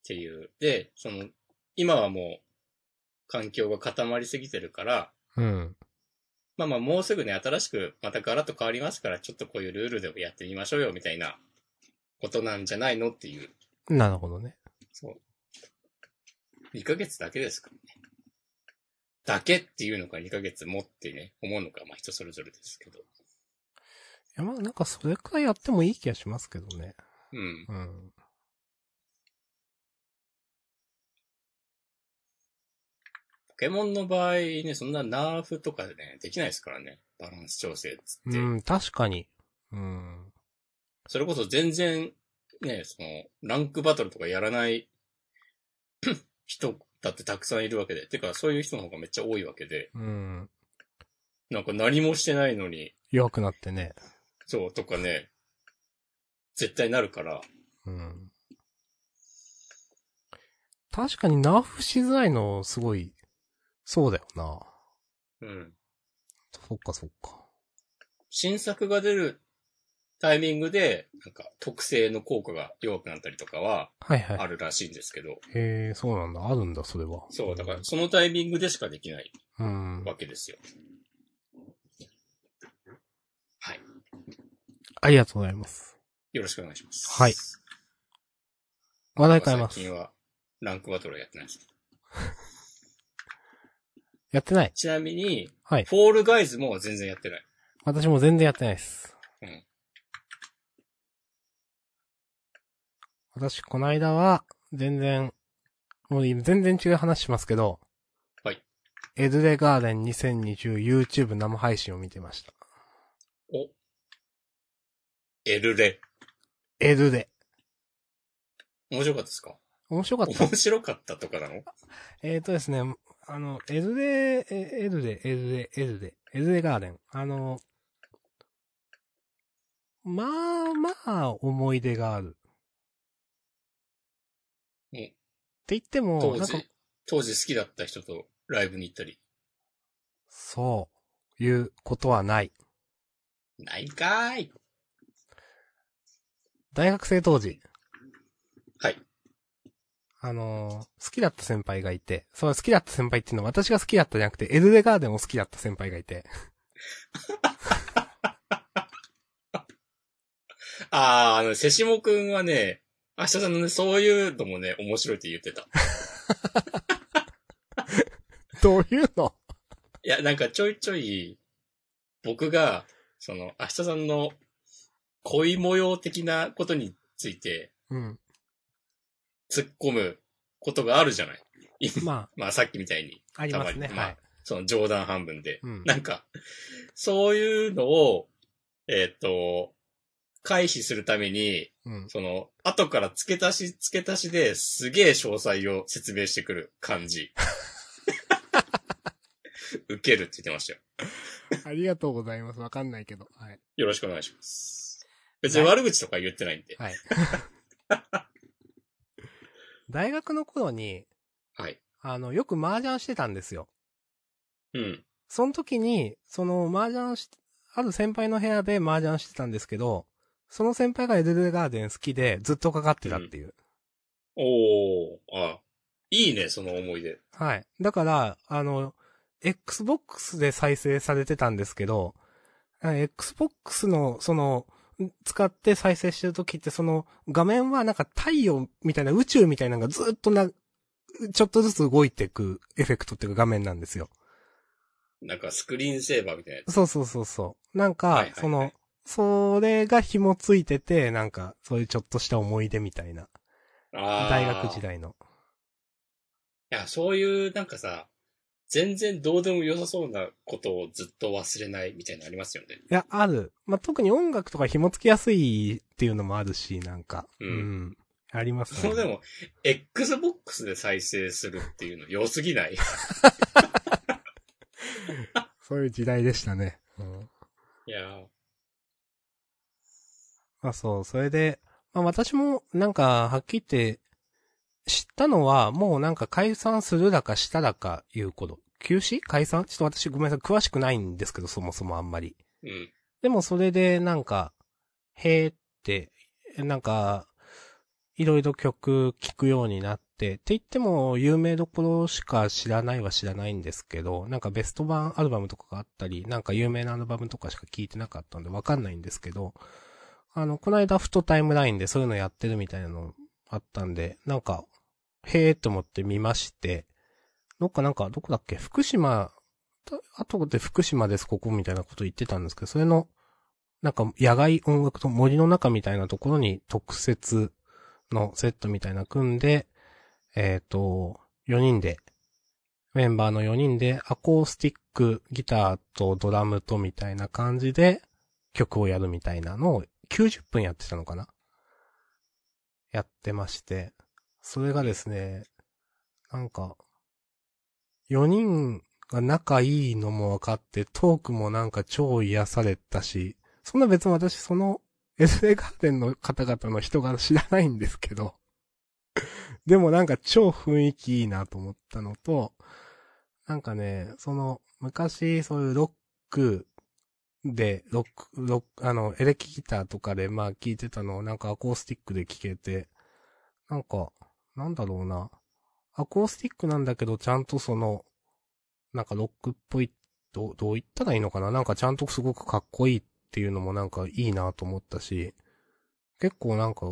ていう。で、その、今はもう、環境が固まりすぎてるから、うん。まあまあもうすぐね、新しくまたガラッと変わりますから、ちょっとこういうルールでもやってみましょうよ、みたいなことなんじゃないのっていう。なるほどね。そう。2ヶ月だけですからね。だけっていうのか2ヶ月もってね、思うのか、まあ人それぞれですけど。いや、まあなんかそれくらいやってもいい気がしますけどね。うん。うん。ポケモンの場合ね、そんなナーフとかでね、できないですからね。バランス調整っつって。うん、確かに。うん。それこそ全然、ね、その、ランクバトルとかやらない 人だってたくさんいるわけで。てか、そういう人の方がめっちゃ多いわけで。うん。なんか何もしてないのに、弱くなってね。そう、とかね、絶対なるから。うん。確かにナーフしづらいの、すごい、そうだよな。うん。そっかそっか。新作が出るタイミングで、なんか特性の効果が弱くなったりとかははいはい。あるらしいんですけど。へえ、そうなんだ。あるんだ、それは。そう、だからそのタイミングでしかできない。うん。わけですよ。はい。ありがとうございます。よろしくお願いします。はい。話題変えま最近す。は、ランクバトルはやってないです。やってない。ちなみに、はい。フォールガイズも全然やってない。私も全然やってないです。うん私、この間は、全然、もう今全然違う話しますけど、はい。エルレガーデン 2020YouTube 生配信を見てました。お。エルレ。エルレ。面白かったですか面白かった。面白かったとかなのえっとですね、あの、エルレ、えエルレ、エルレ、エルレ、エルレガーデン。あの、まあまあ思い出がある。えって言っても、当なんか時、当時好きだった人とライブに行ったり。そう、いうことはない。ないんかーい。大学生当時。はい。あのー好きだった先輩がいて、その好きだった先輩っていうのは私が好きだったじゃなくて、エルレガーデンを好きだった先輩がいて、 あー、あの、セシモくんはね、明日さんのね、そういうのもね、面白いって言ってた。どういうのいや、なんかちょいちょい、僕が、その、明日さんの恋模様的なことについてうん。突っ込むことがあるじゃない。今ままあさっきみたいに、あ、ありますね。たまにまあはい。その冗談半分で。うん。なんか、そういうのを、えっ、と、回避するために、うん。その、後から付け足し付け足しですげえ詳細を説明してくる感 じ。受けるって言ってましたよ。ありがとうございます。わかんないけど。はい。よろしくお願いします。別に悪口とか言ってないんで。はい。 大学の頃に、はい。あの、よく麻雀してたんですよ。うん。その時に、その麻雀し、ある先輩の部屋で麻雀してたんですけど、その先輩がエルデガーデン好きでずっとかかってたっていう。おー、あ、いいね、その思い出。はい。だから、あの、Xbox で再生されてたんですけど、あ Xbox の、その、ん使って再生してる時って、その、画面はなんか太陽みたいな宇宙みたいなのがずっとな、ちょっとずつ動いていくエフェクトっていうか画面なんですよ。なんかスクリーンセーバーみたいなやつ。そうそうそうそう。なんか、はいはいはいその、それが紐ついてて、なんか、そういうちょっとした思い出みたいな。あー大学時。代の。いや、そういうなんかさ、全然どうでも良さそうなことをずっと忘れないみたいなのありますよね。いや、ある。まあ、特に音楽とか紐付きやすいっていうのもあるし、なんか。うんんありますそう でも、Xbox で再生するっていうの良すぎないそういう時代でしたね。うん。いやーまあそう、それで、まあ私もなんかはっきり言って知ったのはもうなんか解散するだかしただかいうこと。休止解散ちょっと私ごめんなさい、詳しくないんですけど、そもそもあんまり。うん。でもそれでなんか、へーって、なんか、いろいろ曲聴くようになって、って言っても有名どころしか知らないは知らないんですけど、なんかベスト版アルバムとかがあったり、なんか有名なアルバムとかしか聴いてなかったんでわかんないんですけど、あの、この間ふとタイムラインでそういうのやってるみたいなのあったんで、なんか、へーと思って見まして、どっかなんか、どこだっけ福島、あとで福島です、ここみたいなこと言ってたんですけど、それの、なんか野外音楽と森の中みたいなところに特設のセットみたいな組んで、えっ、と、4人で、メンバーの4人でアコースティック、ギターとドラムとみたいな感じで曲をやるみたいなのを90分やってたのかなやってまして、それがですね、なんか、4人が仲いいのも分かって、トークもなんか超癒されたし、そんな別に私、その、SA ガーデンの方々の人が知らないんですけど、 でもなんか超雰囲気いいなと思ったのと、なんかね、その、昔、そういうロックで、ロック、ロック、あの、エレキギターとかで、まあ聴いてたのをなんかアコースティックで聴けて、なんか、なんだろうな、アコースティックなんだけど、ちゃんとその、なんかロックっぽい、どう、どう言ったらいいのかななんかちゃんとすごくかっこいいっていうのもなんかいいなと思ったし、結構なんか、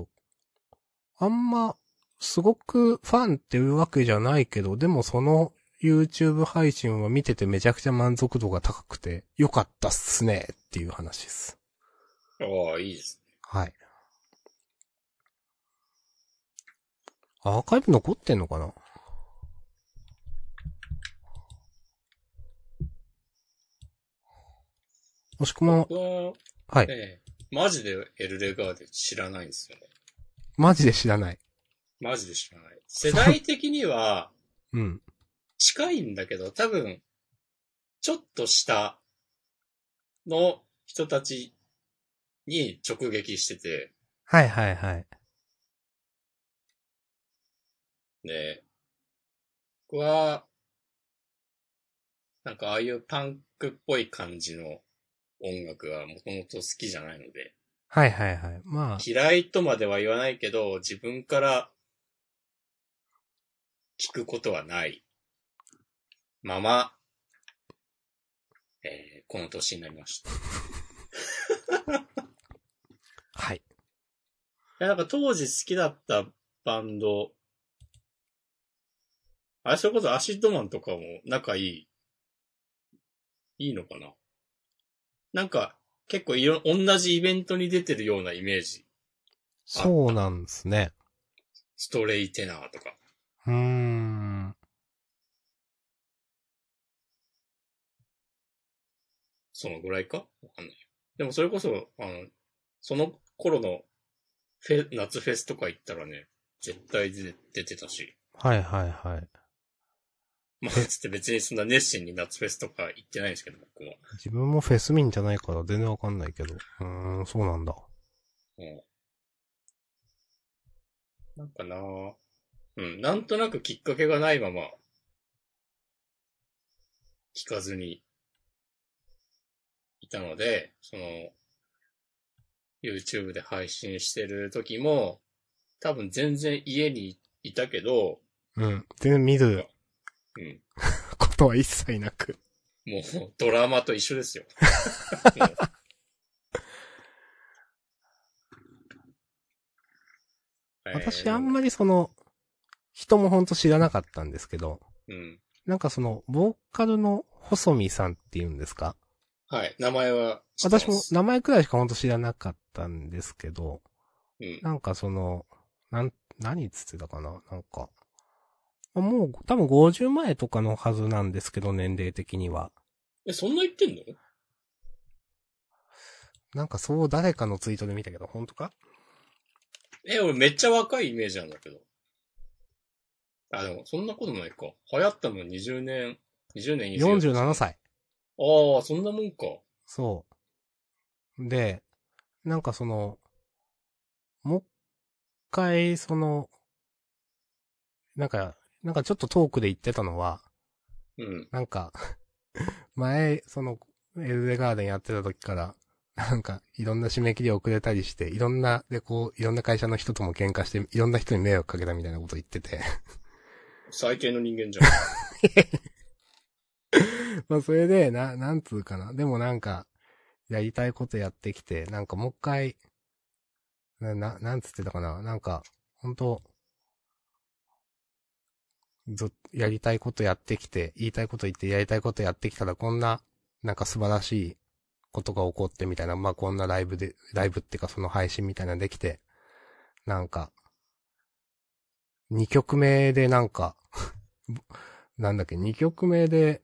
あんま、すごくファンっていうわけじゃないけど、でもその YouTube 配信は見ててめちゃくちゃ満足度が高くて、良かったっすねっていう話です。ああ、いいです。はい。アーカイブ残ってんのかなもしくも、僕は、はい。ね、マジでエルレガーデン知らないんですよね。マジで知らない。マジで知 らない。世代的にはうん。近いんだけど、多分、ちょっと下の人たちに直撃してて、はいはいはい。ね、僕は、なんかああいうパンクっぽい感じの音楽がもともと好きじゃないので、はいはいはい。まあ、嫌いとまでは言わないけど、自分から聞くことはないまま、えーこの年になりました。いはい。や、なんか当時好きだったバンド、あれ、それこそアシッドマンとかも仲いい、いいのかななんか、結構いろ、同じイベントに出てるようなイメージ。そうなんですね。ストレイテナーとか。うーん。そのぐらいかわかんない。でもそれこそ、あの、その頃のフェ、夏フェスとか行ったらね、絶対出出てたし。はいはいはい。まあ、つって別にそんな熱心に夏フェスとか行ってないんですけど、僕は。自分もフェスミンじゃないから全然わかんないけど。うーん、そうなんだ。うん、なんかなぁうん、なんとなくきっかけがないまま、聞かずに、いたので、その、YouTube で配信してる時も、多分全然家にいたけど、うん。全然見るうん、ことは一切なく。もう ドラマと一緒ですよ。 私あんまりその、人もほんと知らなかったんですけど、うん。なんかその、ボーカルの細見さんって言うんですかはい。名前は知ってます私も名前くらいしかほんと知らなかったんですけど、うん。なんかその、なん、何つってたかななんか。あもう多分50前とかのはずなんですけど、年齢的には。え、そんな言ってんのなんかそう誰かのツイートで見たけど、本当かえ、俺めっちゃ若いイメージなんだけど。あ、でもそんなことないか。流行ったの20年、20年以上。 ?47 歳。ああ、そんなもんか。そう。で、なんかその、もう一回、その、なんか、なんかちょっとトークで言ってたのは、うん。なんか、 前、その、エルデガーデンやってた時から、なんか、いろんな締め切り遅れたりして、いろんな、で、こう、いろんな会社の人とも喧嘩して、いろんな人に迷惑かけたみたいなこと言って て。最低の 人間じゃまあ、それで、な、なんつうかな。でもなんか、やりたいことやってきて、なんかもう一回、な、ななんつってたかな。なんか、本当ずっ、やりたいことやってきて、言いたいこと言って、やりたいことやってきたら、こんな、なんか素晴らしいことが起こってみたいな、まあ、こんなライブで、ライブっていうかその配信みたいなのできて、なんか、2曲目でなんか、 なんだっけ、2曲目で、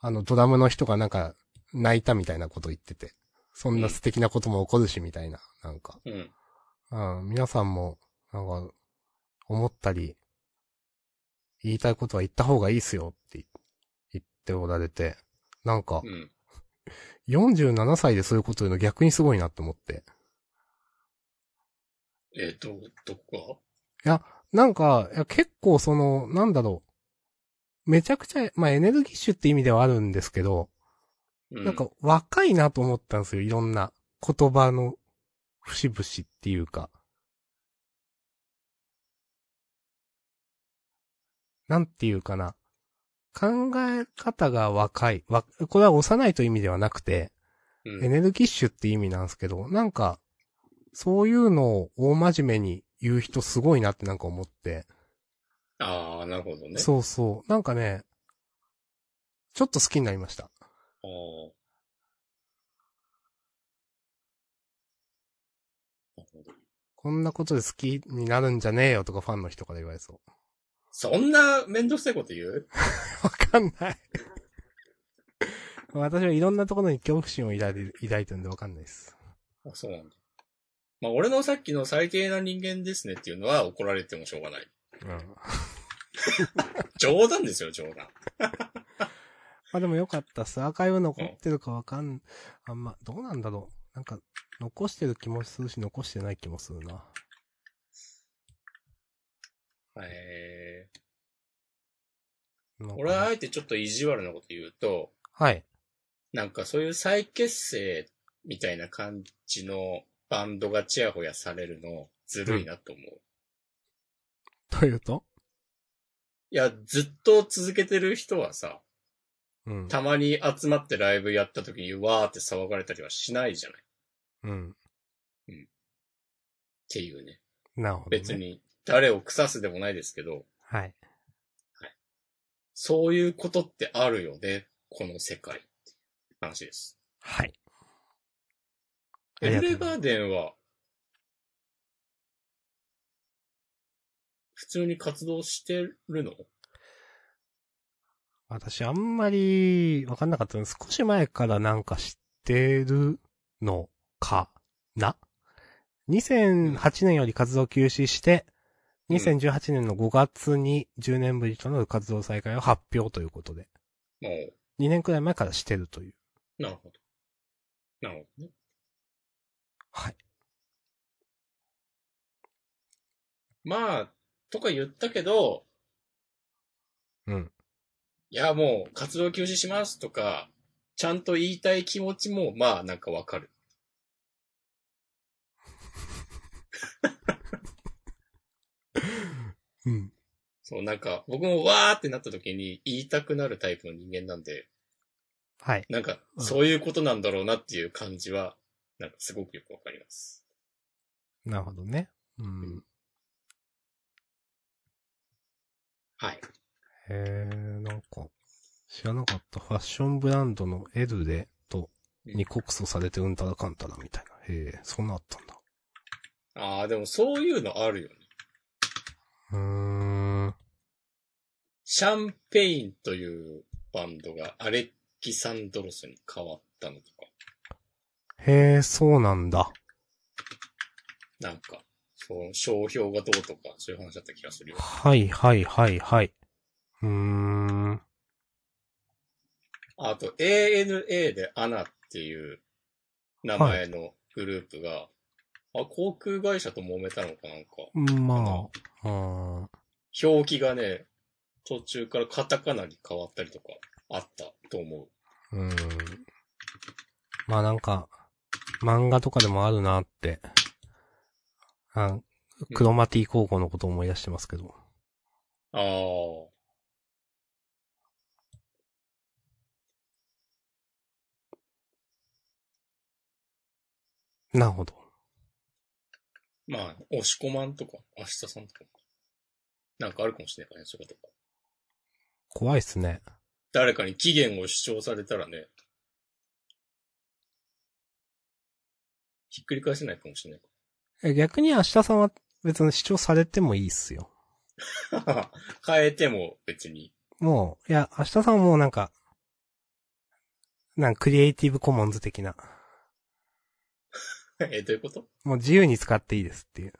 あの、ドラムの人がなんか、泣いたみたいなこと言ってて。そんな素敵なことも起こるし、みたいな。なんか。ん。うん。うん、皆さんも、なんか、思ったり、言いたいことは言った方がいいっすよって言っておられて、なんかう、ん。 47歳でそういうこと言うの逆にすごいなって思って。えー、ど、どこなんか、いや結構その、なんだろう。めちゃくちゃ、まあ、エネルギッシュって意味ではあるんですけど、が、うなんか若いなと思ったんですよ。いろんな言葉の節々っていうか。なんていうかな。考え方が若い。わ、これは幼いという意味ではなくて、うんエネルギッシュって意味なんですけど、なんか、そういうのを大真面目に言う人すごいなってなんか思って。ああ、なるほどね。そうそう。なんかね、ちょっと好きになりました。あーなるほどこんなことで好きになるんじゃねえよとかファンの人から言われそう。 そんなめんどくさいこと言うわかんない。 私はいろんなところに恐怖心を抱いて抱いてるんでわかんないです。あそうなんだ。まあ、俺のさっきの最低な人間ですねっていうのは怒られてもしょうがない。うん。ま冗談ですよ、冗談。あでもよかったっす。アーカイブ残ってるかわかん、あんま、どうなんだろう。なんか、残してる気もするし、残してない気もするな。えーなんか俺はあえてちょっと意地悪なこと言うと、はい。なんかそういう再結成みたいな感じのバンドがチヤホヤされるのずるいなと思う。いというとや、ずっと続けてる人はさ、うん。たまに集まってライブやった時にわーって騒がれたりはしないじゃないっうん。ていうね。なるほど、ね。別。に誰を腐すでもないですけど、はい。そういうことってあるよね、この世界って話です。はい。ありエがとうごルレざガいーデンは、普通に活動してるの私あんまりわかんなかったんです。少し前からなんか知ってるのかな ?2008 年より活動休止して、うん2018年の5月に10年ぶりとなる活動再開を発表ということで、もう、 2年くらい前からしてるという。なるほど。なるほどね。はい。まあ、とか言ったけど、うん。いやもう活動休止しますとか、ちゃんと言いたい気持ちも、まあなんかわかる。うん。そう、なんか僕もわーってなった時に言いたくなるタイプの人間なんで、はい。なんかうんそういうことなんだろうなっていう感じは、なんかすごくよくわかります。なるほどね。うん。はい。へえ、なんか、知らなかった。ファッションブランドのエルレと、に告訴されてうんたらかんたらみたいな。へえ、そんなあったんだ。ああ、でもそういうのあるよね。うーん。シャンペインというバンドがアレキサンドロスに変わったのとか、へえ、そうなんだ。なんか、そう、商標がどうとか、そういう話だった気がするよ。はいはいはいはい。うーん。あと、ANA でアナっていう名前のグループが、あ、航空会社と揉めたのかなんか、まあ、うん。表記がね、途中からカタカナに変わったりとかあったと思う。うん。まあなんか、漫画とかでもあるなって。あクロマティ高校のことを思い出してますけど。ああ。なるほど。まあ、押し込まんとか、明日さんとか。なんかあるかもしれないね、そういうことか。怖いっすね。誰かに期限を主張されたらね、ひっくり返せないかもしれないえ逆に明日さんは別に主張されてもいいっすよ。から。 変えても別に。もう、いや、明日さんはもうなんか、なんかクリエイティブコモンズ的な。え、どういうこともう自由に使っていいですっていう。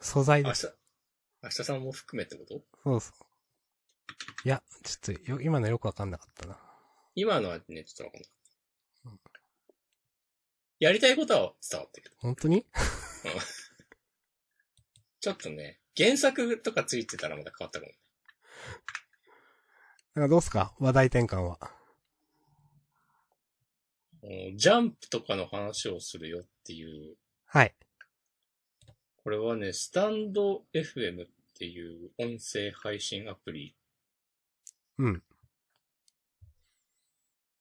素材明です。日、明日さんも含めってことそうそう。いや、ちょっとよ、今のよくわかんなかったな。今のはね、ちょっとわかんない。やりたいことは伝わったけど。本当にちょっとね、原作とかついてたらまた変わったかも。なんかどうすか話題転換は。うんジャンプとかの話をするよっていうはい。これはね、スタンド FM っていう音声配信アプリうん。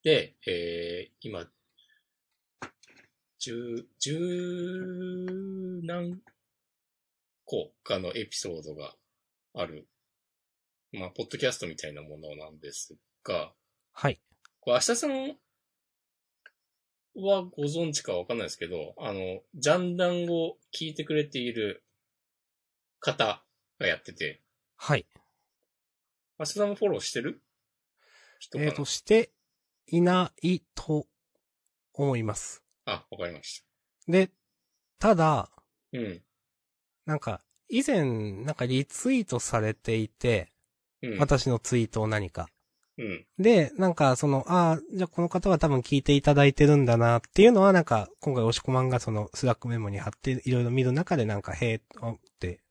で、えー、今、十、十何個かのエピソードがある、まあ、ポッドキャストみたいなものなんですが、はい。これ明日さんはご存知かわかんないですけど、あの、ジャンダンを聞いてくれている方がやってて、はい。明日さんもフォローしてる人かえなー、と、していないと思います。あ、わかりましで、ただ、た。うん。なんか、以前、なんかリツイートされていて、うん。私のツイートを何か。うん。で、なんか、その、ああ、じゃあこの方は多分聞いていただいてるんだなっていうのは、なんか、今回押し込まんがその、スラックメモに貼って、いろいろ見る中で、なんか、へえ、あって、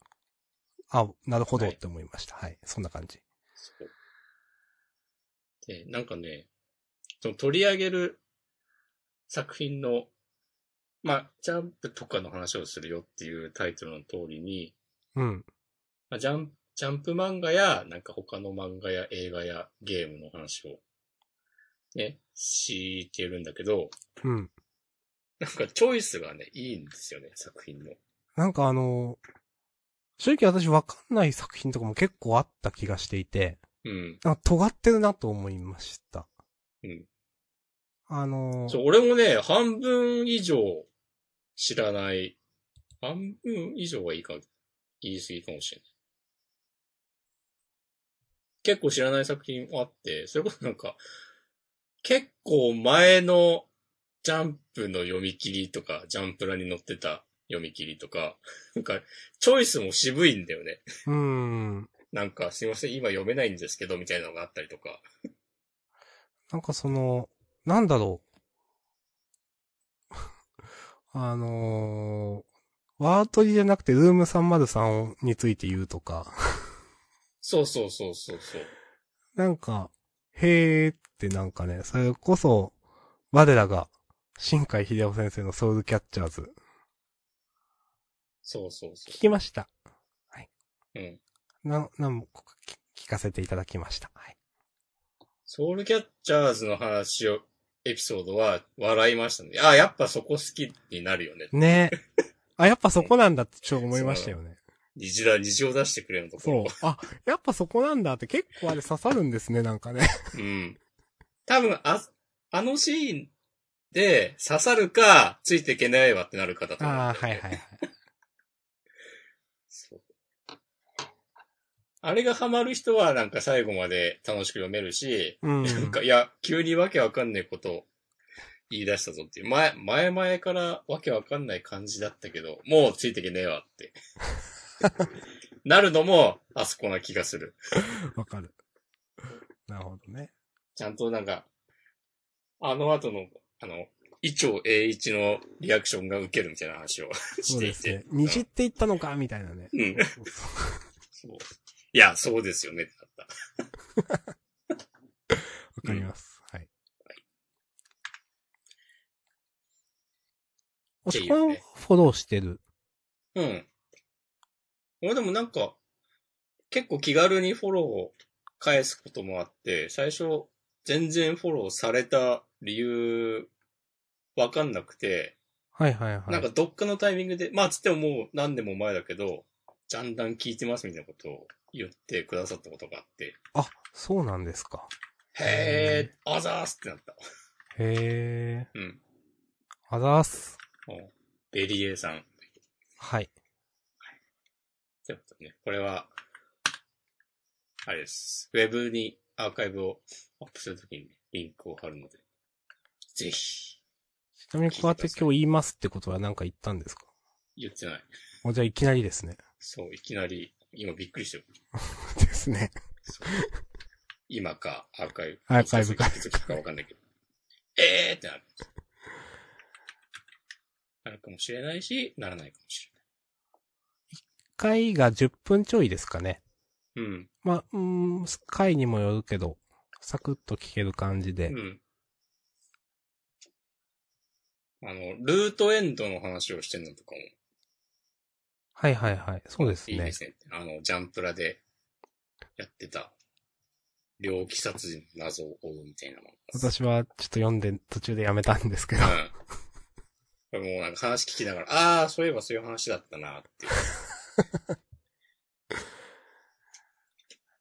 あ、なるほどって思いました。はい、そんな感じ。そう。で、なんかね、その取り上げる作品の、まあ、ジャンプとかの話をするよっていうタイトルの通りに、うん。まあ、ジャンジャンプ漫画や、なんか他の漫画や映画やゲームの話を、ね、してるんだけど、うん。なんかチョイスがね、いいんですよね、作品の。なんかあの、正直私わかんない作品とかも結構あった気がしていて、うん。あ、尖ってるなと思いました。うん。あの、そう、俺もね、半分以上知らない。半分以上はいいか、言い過ぎかもしれない。結構知らない作品あって、それこそなんか、結構前のジャンプの読み切りとか、ジャンプラに載ってた読み切りとか、なんか、チョイスも渋いんだよね。うーん。なんか、すいません、今読めないんですけど、みたいなのがあったりとか。なんかその、なんだろう。 あのワートリじゃなくてルーム303について言うとか、 そうそうそうそうそう。なんか、へーってなんかね、それこそ、我らが、新海秀夫先生のソウルキャッチャーズ、そうそうそ聞きました。う。うん。な、なんも、聞かせていただきました。はい。ソウルキャッチャーズの話を、エピソードは笑いましたね。あ、やっぱそこ好きになるよね。ねえ。あ、やっぱそこなんだってちょっと思いましたよね。虹だ、虹を出してくれのとこそうろ。。あ、やっぱそこなんだって結構あれ刺さるんですね、なんかね。うん。多分、あ、あのシーンで刺さるか、ついていけないわってなるかだと思う。 ああ、はいはいはい。そう。あれがハマる人はなんか最後まで楽しく読めるし、うん。なんか、いや、急にわけわかんないことを言い出したぞっていう。前、前々からわけわかんない感じだったけど、もうついていけねえ わって。なるのも、あそこな気がする。わかる。なるほどね。ちゃんとなんか、あの後の、あの、伊調栄一のリアクションが受けるみたいな話をそ しうていでて。すね。虹って言ったのかみたいなね。うんそういや、そうですよねってなった。わかります。はい。おていしうねこんフォローしてる。うん。俺でもなんか、結構気軽にフォローを返すこともあって、最初、全然フォローされた理由、わかんなくて、はいはいはい。なんかどっかのタイミングで、まあつってももう何年も前だけど、ジャンダン聞いてますみたいなことを言ってくださったことがあって、あ、そうなんですか。へえ、あざーすってなった。へえ。うん。あざーす。おベリエさん。はい。ちょっとね、これは、あれです。ウェブにアーカイブをアップするときにリンクを貼るので、ぜひ、ちなみにこうやって今日言いますってことは何か言ったんですか言ってない。もうじゃあいきなりですね。そう、いきなり、今びっくりしてる。 ですね。そう今か、アーカイブ。アーカイブかいつ聞くかわかんないけど。えーってなる。なるかもしれないし、ならないかもし回が10分ちょいですかね。れない。まあ、うーん、回にもよるけど、サクッと聞ける感じでう。ん。うん。あの、ルートエンドの話をしてるのとかも、はいはいはい。そうですいいでね。すね。あの、ジャンプラでやってた、猟奇殺人の謎を追うみたいなもんです。私はちょっと読んで途中でやめたんですけどう。ん。これもうなんか話聞きながら、ああ、そういえばそういう話だったなっ ていう。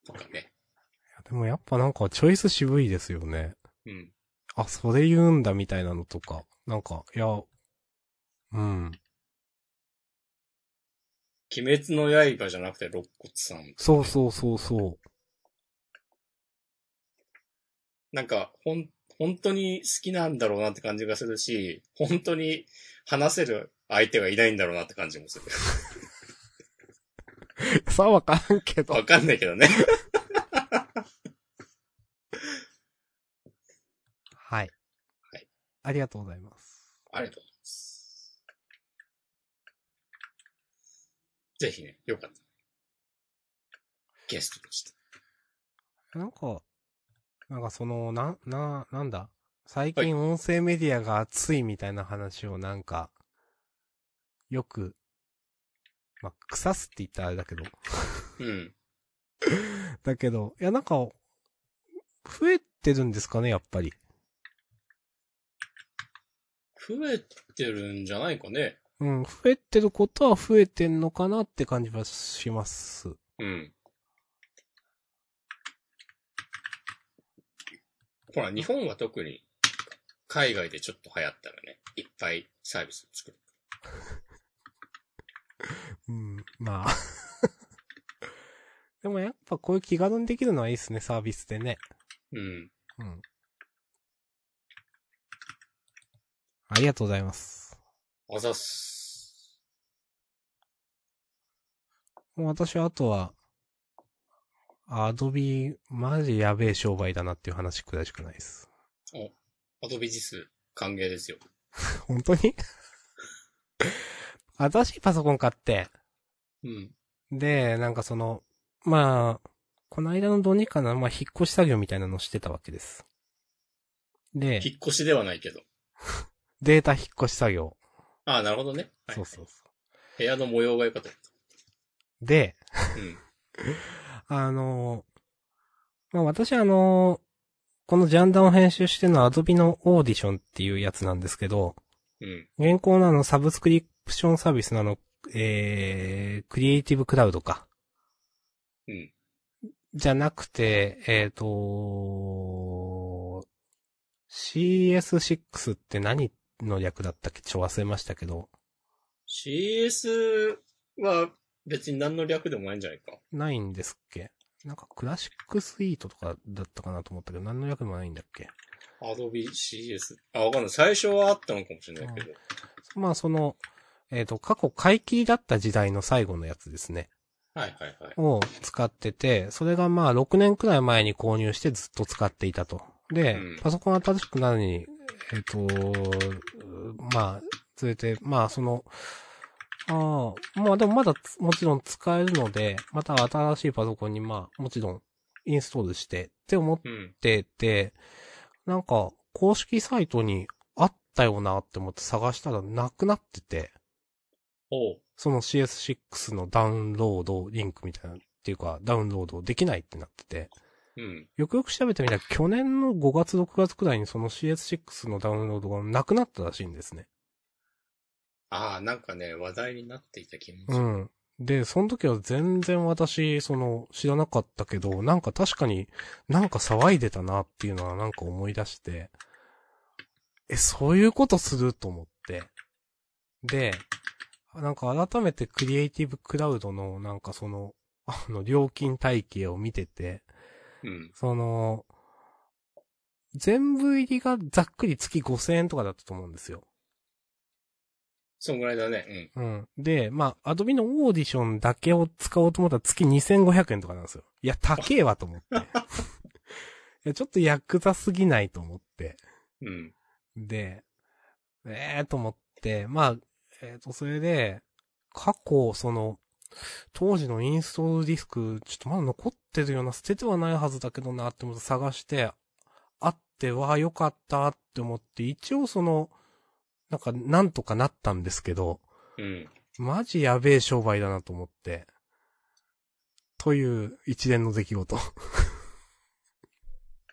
とかね。でもやっぱなんかチョイス渋いですよね。うん。あ、それ言うんだみたいなのとか。なんか、いや、うん。鬼滅の刃じゃなくて、肋骨さん。そうそうそうそう。なんか、ほん、本当に好きなんだろうなって感じがするし、本当に話せる相手がいないんだろうなって感じもする。 さあわからんけど。わかんないけどね。はい。はい。ありがとうございます。ありがとうございます。ぜひね、よかった。ゲストとして。なんか、なんかその、な、な、なんだ最近音声メディアが熱いみたいな話をなんか、よく、まあ、腐すって言ったらあれだけど、うん。だけど、いやなんか、増えてるんですかね、やっぱり。増えてるんじゃないかね。うん、増えてることは増えてんのかなって感じはします。うん。ほら、日本は特に、海外でちょっと流行ったらね、いっぱいサービスを作る。うん、まあ。 でもやっぱこういう気軽にできるのはいいですね、サービスでね。うん。うん。ありがとうございます。あざっす。もう私はあとは、アドビ、マジやべえ商売だなっていう話くらいしかないです。アドビジス、歓迎ですよ。本当に 新しいパソコン買って、うん。で、なんかその、まあ、この間の土日かな、まあ、引っ越し作業みたいなのしてたわけです。で、引っ越しではないけど。データ引っ越し作業。ああ、なるほどね。はいそうそうそ部屋の模様が良かった。う。で、うん。あのー、まあ、私あのー、このジャンダンを編集してるのは Adobe のオーディションっていうやつなんですけど、うん。現行のあのサブスクリプションサービスなのえー、クリエイティブクラウドか。うん。じゃなくて、えっ、と、CS6 って何の略だったっけちょ、忘れましたけど。 CS は別に何の略でもないんじゃないか。ないんですっけなんかクラシックスイートとかだったかなと思ったけど、何の略でもないんだっけ Adobe CS。あ、わかんない。最初はあったのかもしれないけど。まあその、えっ、と、過去回帰だった時代の最後のやつですね。はいはいはい。を使ってて、それがまあ6年くらい前に購入してずっと使っていたと。で、うんパソコン新しくなるに、えっ、と、まあ、連れて、まあその、ああ、まあでもまだつもちろん使えるので、また新しいパソコンにまあもちろんインストールしてって思っうん。ってて、なんか、公式サイトにあったよなって思って探したらなくなってて、おう。その CS6 のダウンロードリンクみたいな、っていうか、ダウンロードできないってなってて、うん。よくよく調べてみたら、去年の5月6月くらいにその CS6 のダウンロードがなくなったらしいんですね。ああ、なんかね、話題になっていた気もすうる。ん。で、その時は全然私、その、知らなかったけど、なんか確かになんか騒いでたなっていうのはなんか思い出して、え、そういうことすると思って。で、なんか改めてクリエイティブクラウドのなんかその、あの、料金体系を見てて、うん。その、全部入りがざっくり月5000円とかだったと思うんですよ。そんぐらいだね。うん。で、まあ、アドビのオーディションだけを使おうと思ったら月2500円とかなんですよ。いや、高えわと思って。い や、ちょっとヤクザすぎないと思って。うん。うん。で、ええー、と思って、まあ、えっ、と、それで、過去、その、当時のインストールディスク、ちょっとまだ残ってるような、捨ててはないはずだけどなって思って探して、あって、わあ、よかったって思って、一応その、なんか、なんとかなったんですけど、うん。マジやべえ商売だなと思って。という一連の出来 事。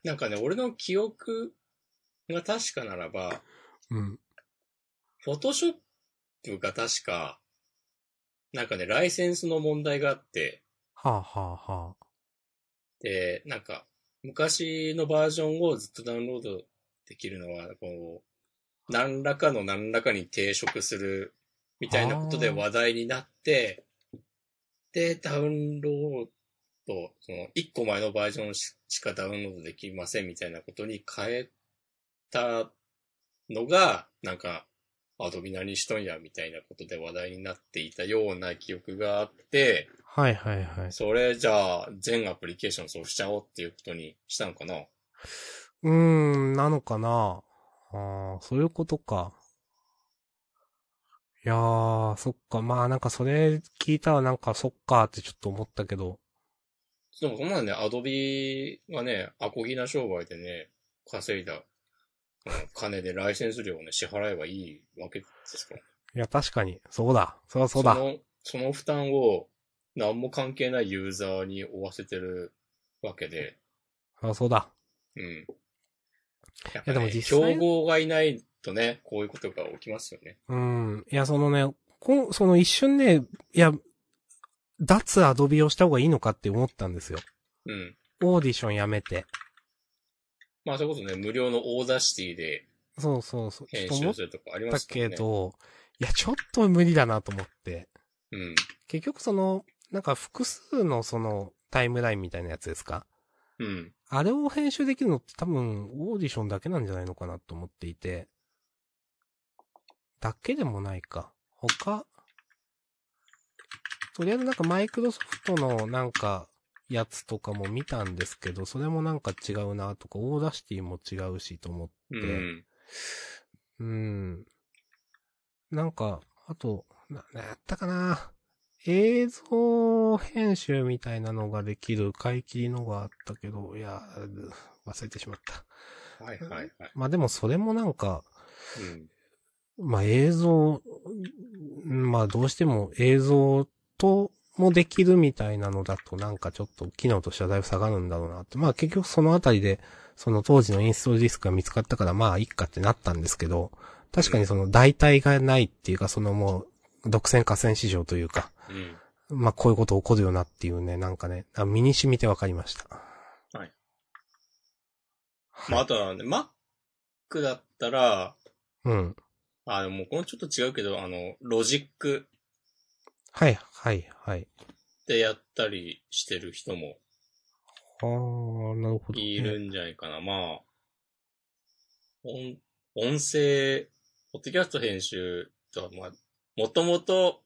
なんかね、俺の記憶が確かならば、うん。フォトショップが確か、なんかね、ライセンスの問題があって、はあ、はあはで、なんか、昔のバージョンをずっとダウンロードできるのは、こう、何らかの何らかに抵触するみたいなことで話題になって、で、ダウンロード、その、1個前のバージョンししかダウンロードできませんみたいなことに変えたのが、なんか、アドビ何しとんやみたいなことで話題になっていたような記憶があって、あ。はいはいはい。それじゃあ、全アプリケーションそうしちゃおうっていうことにしたのかなうーん、なのかなああ、そういうことか。いやー、そっか。まあなんかそれ聞いたらなんかそっかってちょっと思ったけど。でもそんなのね、アドビはね、アコギな商売でね、稼いだうん金でライセンス料をね、支払えばいいわけですから。いや、確かに。そうだ。そりゃそうだ。の、その負担を何も関係ないユーザーに負わせてるわけで、そりゃそうだ。うん。やっいやぱでもね、実際競合がいないとね、こういうことが起きますよね。うん。いや、そのね、こんその一瞬ね、いや、脱アドビをした方がいいのかって思ったんですよ。うん。オーディションやめて。まあ、そういうことね、無料のオーダーシティでそうそうそう。ちょっ編と思集っするとかありまたすからけね。ど、いや、ちょっと無理だなと思って。うん。結局その、なんか複数のそのタイムラインみたいなやつですかうん。あれを編集できるのって多分オーディションだけなんじゃないのかなと思っていて。だけでもないか。他、とりあえずなんかマイクロソフトのなんかやつとかも見たんですけど、それもなんか違うなとか、オーダーシティも違うしと思ってうん。うん。なんか、あと、な、なんやったかな映像編集みたいなのができる買い切りのがあったけど、いや、う忘れてしまった。はいはいはい。まあでもそれもなんか、うん。まあ映像、うんまあどうしても映像ともできるみたいなのだとなんかちょっと機能としてはだいぶ下がるんだろうなって。まあ結局そのあたりで、その当時のインストールディスクが見つかったからまあいっかってなったんですけど、確かにその代替がないっていうかそのもう、独占河川市場というか、うん。まあ、こういうこと起こるよなっていうね、なんかね、あ身に染みてわかりました。はい。はい。まあ、あとはね、Mac だったら、うん。あの、もうこのちょっと違うけど、あの、ロジックはい、はい、はい。でやったりしてる人もあー、なるほど、ね。いるんじゃないかな。まあ、音、音声、ポッドキャスト編集とは、まあ、もともと、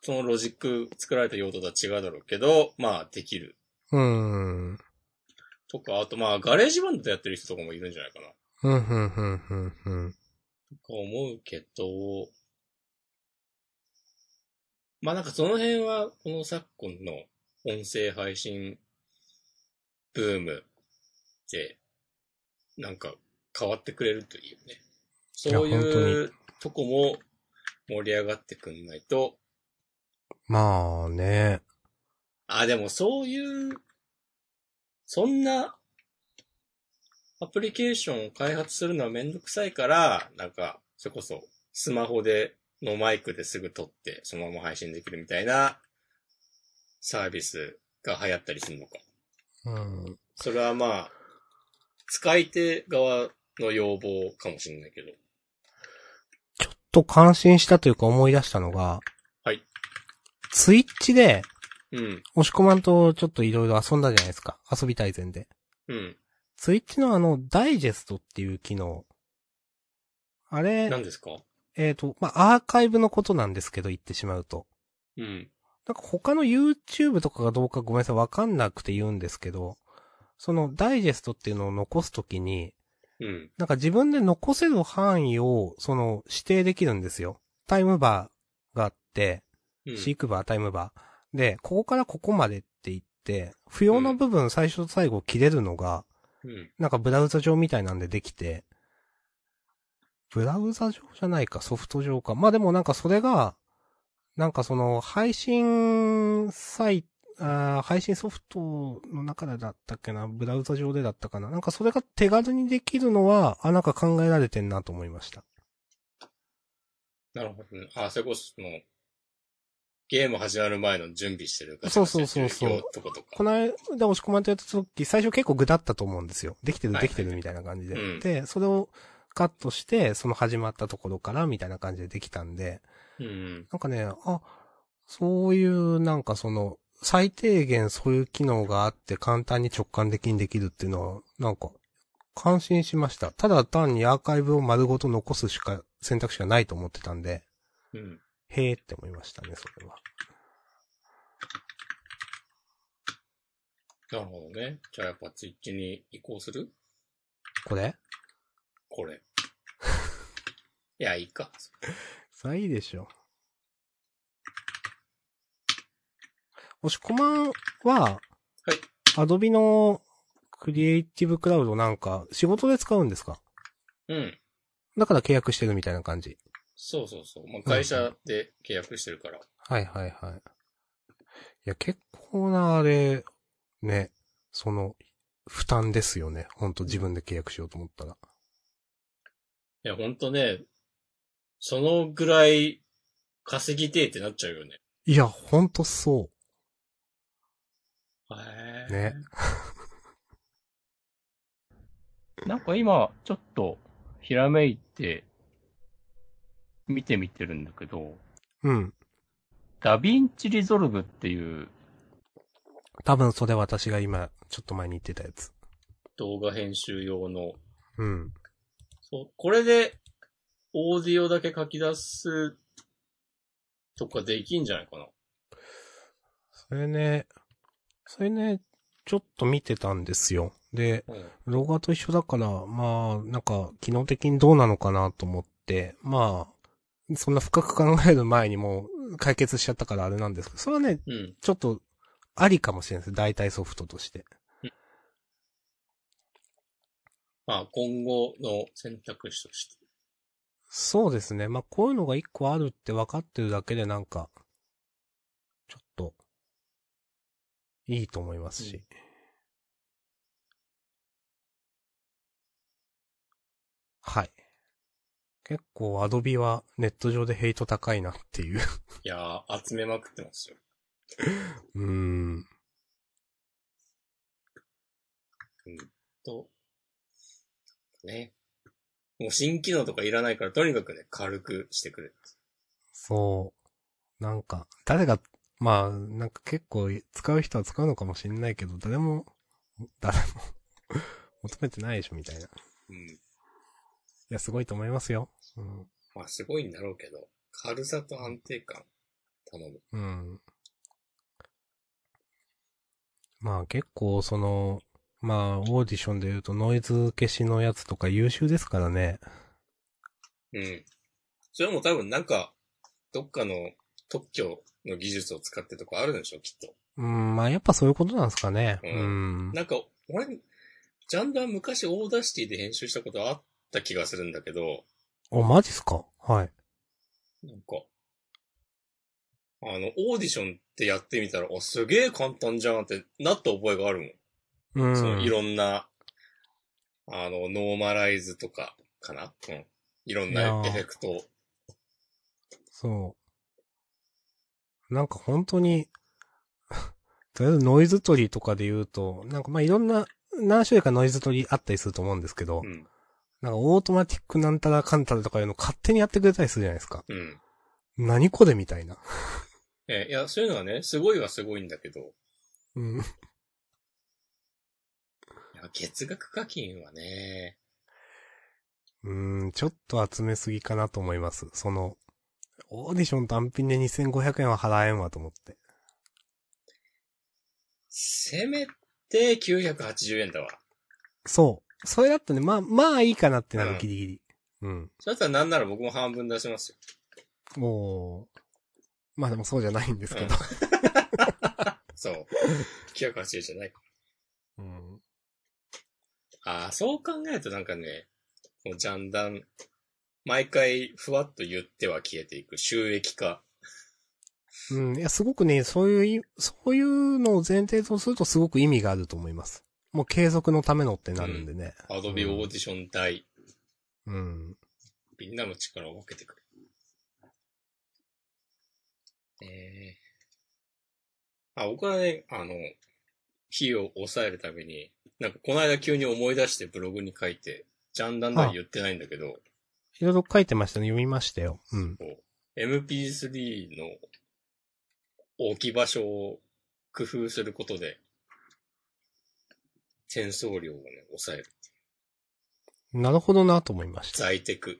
そのロジック作られた用途とは違うだろうけど、まあ、できる。うーん。とか、あとまあ、ガレージバンドでやってる人とかもいるんじゃないかうな。ん、うん、うん、うん、うん。と思うけど、まあなんかその辺は、この昨今の音声配信ブームで、なんか変わってくれるといいよね。そういや本当いうとこも盛り上がってくんないと、まあね。あ、でもそういう、そんなアプリケーションを開発するのはめんどくさいから、なんか、それこそスマホでのマイクですぐ撮ってそのまま配信できるみたいなサービスが流行ったりするのか。うん。それはまあ、使い手側の要望かもしれないけど。と感心したというか思い出したのが、はい。ツイッチで、うん、押し込まんとちょっといろいろ遊んだじゃないですか。遊び大全で。うん。ツイッチのあの、ダイジェストっていう機能。あれ、何ですかえっ、と、まあ、アーカイブのことなんですけど、言ってしまうと。うん。なんか他の YouTube とかがどうかごめんなさい、わかんなくて言うんですけど、そのダイジェストっていうのを残すときに、うん。なんか自分で残せる範囲を、その、指定できるんですよ。タイムバーがあって、うん。飼育バー、タイムバー。で、ここからここまでって言って、不要な部分最初と最後切れるのが、うん。なんかブラウザ上みたいなんでできて、ブラウザ上じゃないか、ソフト上か。まあでもなんかそれが、なんかその配信サイあー配信ソフトの中でだったっけな、ブラウザ上でだったかな。なんかそれが手軽にできるのは、あ、なんか考えられてんなと思いました。なるほどね。あ、それこそ、その、ゲーム始まる前の準備してるそうそうそうそうガチャガチャしてるとことか。この間押し込まんとやった時、最初結構グダったと思うんですよ。できてる、はいはいできてるみたいな感じで。うんで、それをカットして、その始まったところからみたいな感じでできたんで、うん。なんかね、あ、そういうなんかその、最低限そういう機能があって簡単に直感的にできるっていうのは、なんか、感心しました。ただ単にアーカイブを丸ごと残すしか、選択肢がないと思ってたんで、うん。へえって思いましたね、それは。なるほどね。じゃあやっぱツイッチに移行するこれこ れ。いや、いいか。。それはいいでしょ。押し込まんは、はいアドビのクリエイティブクラウドなんか仕事で使うんですかうん。だから契約してるみたいな感じ。そうそうそう。まあ、会社で契約してるから。はいはいはい。いや結構なあれ、ね、その、負担ですよね。ほんと自分で契約しようと思ったら。いや、ほんとね、そのぐらい稼ぎてえってなっちゃうよね。いや、ほんとそう。へえ。ね。なんか今、ちょっと、ひらめいて、見てみてるんだけど、うん。ダヴィンチリゾルブっていう多分それ私が今、ちょっと前に言ってたやつ。動画編集用の、うん。そう、これで、オーディオだけ書き出すとかできんじゃないかな。それね、それね、ちょっと見てたんですよ。で、うん。動画と一緒だから、まあ、なんか、機能的にどうなのかなと思って、まあ、そんな深く考える前にもう解決しちゃったからあれなんですけど、それはね、うん。ちょっと、ありかもしれないです。代替ソフトとして。まあ、今後の選択肢として。そうですね。まあ、こういうのが一個あるって分かってるだけで、なんか、ちょっと、いいと思いますし。はい。結構アドビはネット上でヘイト高いなっていう。いやー、集めまくってますよ。 うーん。と。ね。もう新機能とかいらないから、とにかくね、軽くしてくれる。そう。なんか、誰が、まあ、なんか結構使う人は使うのかもしれないけど、誰も、誰も 求めてないでしょみたいな。いうん。や、すごいと思いますよ。うん。まあ、すごいんだろうけど、軽さと安定感、頼む。うん。まあ結構その、まあオーディションで言うとノイズ消しのやつとか優秀ですからね。うん。それも多分なんか、どっかの特許の技術を使ってとかあるんでしょ、きっと。うん、まあやっぱそういうことなんですかね。ううんん。なんか、俺、ジャンダー昔オーダーシティで編集したことあった気がするんだけど、お、マジっすかはい。なんか、あの、オーディションってやってみたら、あ、すげえ簡単じゃんってなった覚えがあるもん。うん。そのいろんな、あの、ノーマライズとか、かなうん。いろんいやなーエフェクトを。そう。なんか本当に、 とりあえずノイズ取りとかで言うと、なんかまあいろんな、何種類かノイズ取りあったりすると思うんですけど、うん。なんかオートマティックなんたらかんたらとかいうの勝手にやってくれたりするじゃないですか。うん。何これみたいな。え、いや、そういうのはね、すごいはすごいんだけど、うん。いや月額課金はね、うーん、ちょっと集めすぎかなと思います。その、オーディション単品で2500円は払えんわと思って。せめて980円だわ。そう。それだったね、まあ、まあいいかなってなうるんギリギリ。うん。それだったらなんなら僕も半分出しますよ。もう、まあでもそうじゃないんですけど。そう。980円じゃない。うん。ああ、そう考えるとなんかね、このジャンダン、毎回ふわっと言っては消えていく収益化。うん。いや、すごくね、そういうい、そういうのを前提とするとすごく意味があると思います。もう継続のためのってなるんでね。アドビオーディション代うん。みんなの力を分けてくれ。ええあ、僕はね、あの、費用を抑えるために、なんかこの間急に思い出してブログに書いて、ジャンダンダン言ってないんだけど、いろいろ書いてましたね。読みましたよ。うん。 MP3 の置き場所を工夫することで、転送量をね、抑える。なるほどなと思いました。在テク。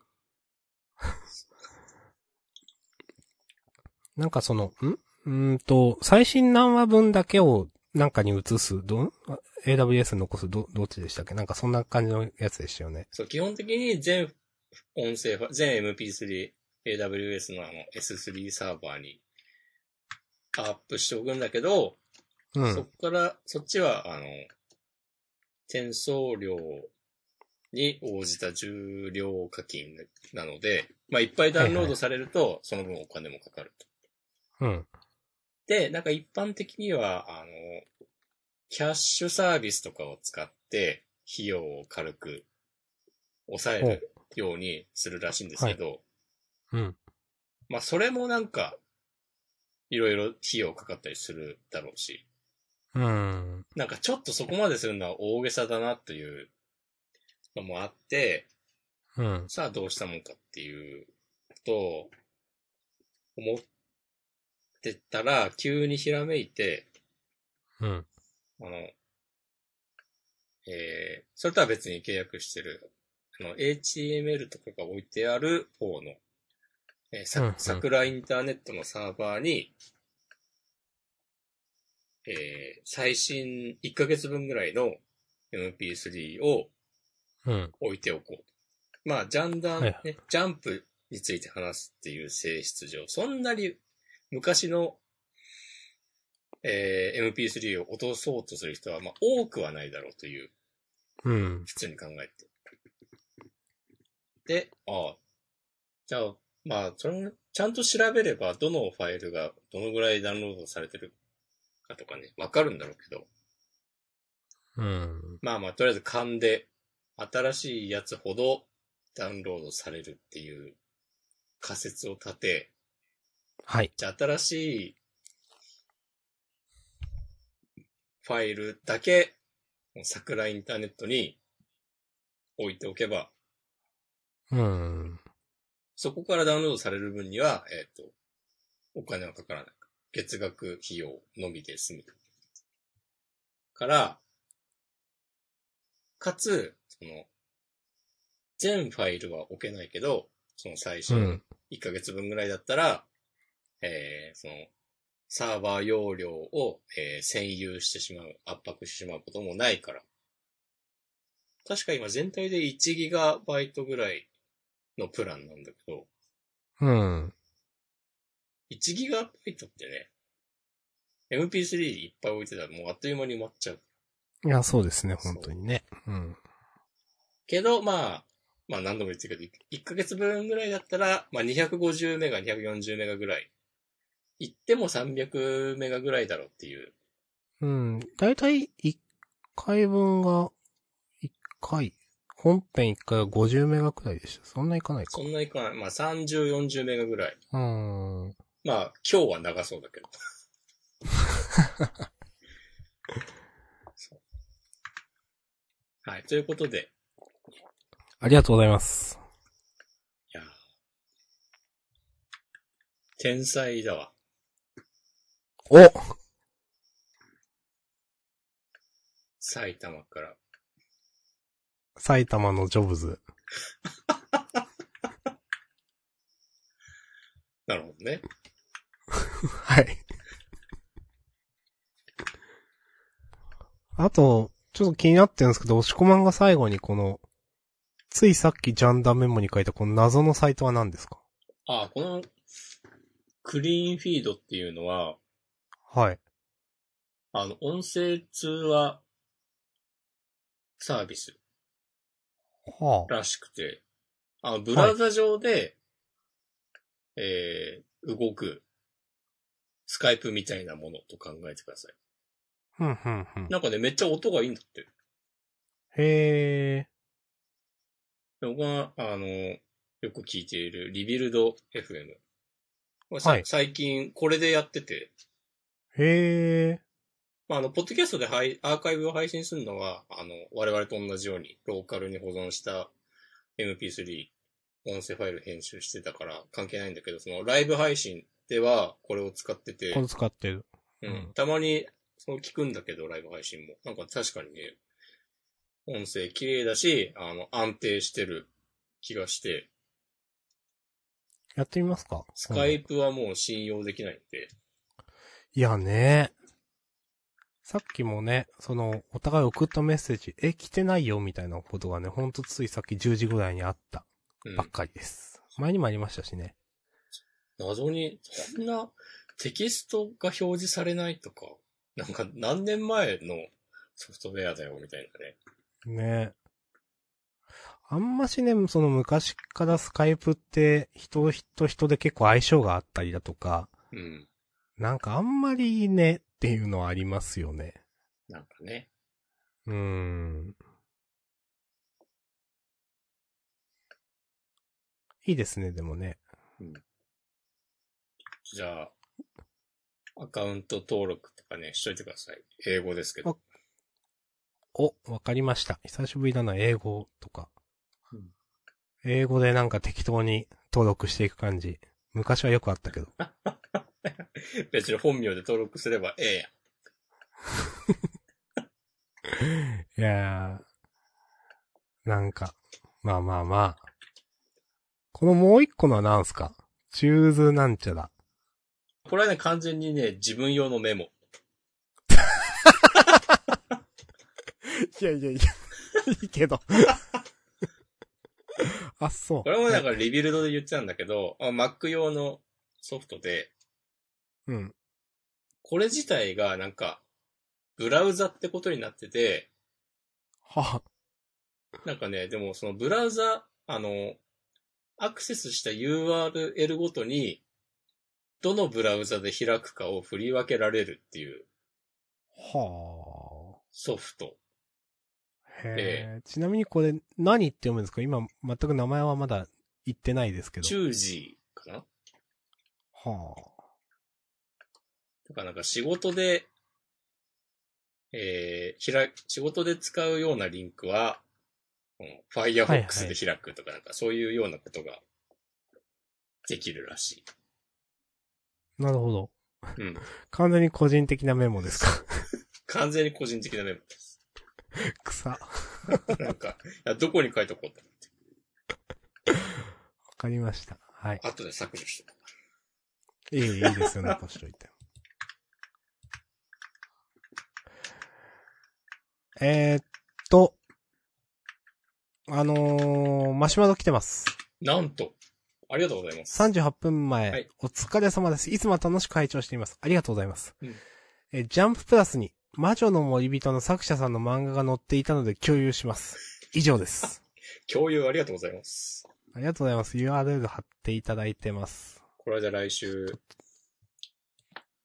なんかその、んうーんと、最新何話分だけをなんかに移す、どんあ ?AWS に残す、ど、どっちでしたっけなんかそんな感じのやつでしたよね。そう、基本的に全音声ファ、全 MP3、AWS のあの S3 サーバーにアップしておくんだけど、うそん。こから、そっちは、あの、転送量に応じた重量課金なので、まあ、いっぱいダウンロードされると、その分お金もかかると。うん。で、なんか一般的には、あの、キャッシュサービスとかを使って、費用を軽く抑えるようにするらしいんですけど、うん。まあそれもなんか、いろいろ費用かかったりするだろうし、うん。なんかちょっとそこまでするのは大げさだなというのもあって、うん。さあどうしたもんかっていうことを思ってたら、急にひらめいて、うん。あの、えー、それとは別に契約してる、あの、HTML とかが置いてある方の、えーさうんうん桜インターネットのサーバーに、えー、最新1ヶ月分ぐらいの MP3 をうん。置いておこう。まあ、ジャンダはン、ね、いジャンプについて話すっていう性質上、そんなに昔の、えー MP3 を落とそうとする人は、まあ、多くはないだろうという、うん。普通に考えて。で、ああ、じゃあ、まあ、それもちゃんと調べれば、どのファイルがどのぐらいダウンロードされてるかとかね、わかるんだろうけど、うん。まあまあ、とりあえず勘で、新しいやつほどダウンロードされるっていう仮説を立て、はい。じゃあ新しいファイルだけ、もう桜インターネットに置いておけば、うん。そこからダウンロードされる分には、えっ、と、お金はかからない。月額費用のみで済む。から、かつ、その、全ファイルは置けないけど、その最初うのん。 1ヶ月分ぐらいだったら、えー、その、サーバー容量を、えー、占有してしまう、圧迫してしまうこともないから。確か今全体で1ギガバイトぐらいのプランなんだけど、うん。 1ギガバイトってね、MP3 いっぱい置いてたらもうあっという間に埋まっちゃう。いや、そうですね、本当にね。うん。けど、まあ、まあ何度も言ってるけど、1ヶ月分ぐらいだったら、まあ250メガ、240メガぐらい。行っても300メガぐらいだろうっていううん。だいたい1回分が、1回、本編1回が50メガくらいでした。そんないかないかそ。んないかない。まあ30、40メガぐらい。うん。うまあ今日は長そうだけど。そうはい。ということで、ありがとうございます。いやー天才だわ。お埼玉から。埼玉のジョブズ。なるほどね。はい。 あと、ちょっと気になってるんですけど、押し込まんが最後にこの、ついさっきジャンダメモに書いたこの謎のサイトは何ですかあー、この、クリーンフィードっていうのは、はい。あの、音声通話サービスはあ。らしくて、あの、ブラウザ上で、えー、動く、スカイプみたいなものと考えてください。ふんふんふん。なんかね、めっちゃ音がいいんだって。へえ。で僕が、あの、よく聞いているリビルド FM。これさはい最近、これでやってて、へえ。まあ、あの、ポッドキャストで配アーカイブを配信するのは、あの、我々と同じように、ローカルに保存した MP3、音声ファイル編集してたから関係ないんだけど、そのライブ配信ではこれを使っててこ、れ使ってる。ううんん、たまに、そう聞くんだけど、ライブ配信も。なんか確かにね、音声綺麗だし、あの、安定してる気がして、やってみますかスカうんイプはもう信用できないんで、いやね。さっきもね、その、お互い送ったメッセージ、え、来てないよ、みたいなことがね、ほんとついさっき10時ぐらいにあった。うんばっかりです。前にもありましたしね。謎に、そんなテキストが表示されないとか、なんか何年前のソフトウェアだよ、みたいなね。ねあんましね、その昔からスカイプって人と人で結構相性があったりだとか、うん。なんかあんまりねっていうのはありますよね。なんかね。うーん。いいですね、でもね。じゃあ、アカウント登録とかね、しといてください。英語ですけど。お、わかりました。久しぶりだな、英語とか。うん英語でなんか適当に登録していく感じ。昔はよくあったけど。別に本名で登録すればええいやん。やー、なんか、まあまあまあ。このもう一個のは何すかチューズなんちゃら。これはね、完全にね、自分用のメモ。いやいやいや、 いいけど。あ、そう。これもなんか、かリビルドで言ってたんだけど、あ Mac 用のソフトで、うん。これ自体がなんか、ブラウザってことになってて、はなんかね、でもそのブラウザ、あの、アクセスした URL ごとに、どのブラウザで開くかを振り分けられるっていうあ、はソフト。あ。えーちなみにこれ何って読むんですか今全く名前はまだ言ってないですけど。チュージーかなはあ。だからなんか仕事で、えー、開仕事で使うようなリンクは、ファイアフォックスで開くとか、なんかそういうようなことができるらしなるほど。い。うん。完全に個人的なメモですか。 完全に個人的なメモです。草。わなんか、いやどこに書いとこうと思って。かりました。はい。後で削除して。いい、いいです よ、残しといて。えーっと、あのー、マシュマロ来てます。なんと、ありがとうございます。 38分前、はいお疲れ様です。いつも楽しく拝聴しています。ありがとうございます。うんえージャンププラスに、魔女の森人の作者さんの漫画が載っていたので共有します。以上 です。共有ありがとうございます。ありがとうございます。URL 貼っていただいてます。これで来週、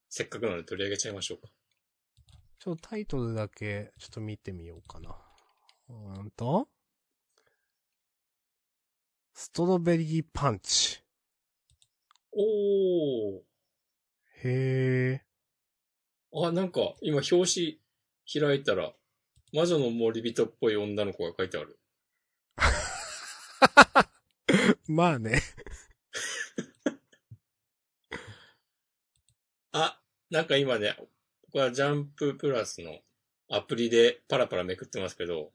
せっかくなので取り上げちゃいましょうか。ちょ、タイトルだけ、ちょっと見てみようかな。うーんと。ストロベリーパンチ。おへえ。ー。あ、なんか、今表紙開いたら、魔女の森人っぽい女の子が書いてある。まあね。あ、なんか今ね、これはジャンププラスのアプリでパラパラめくってますけど、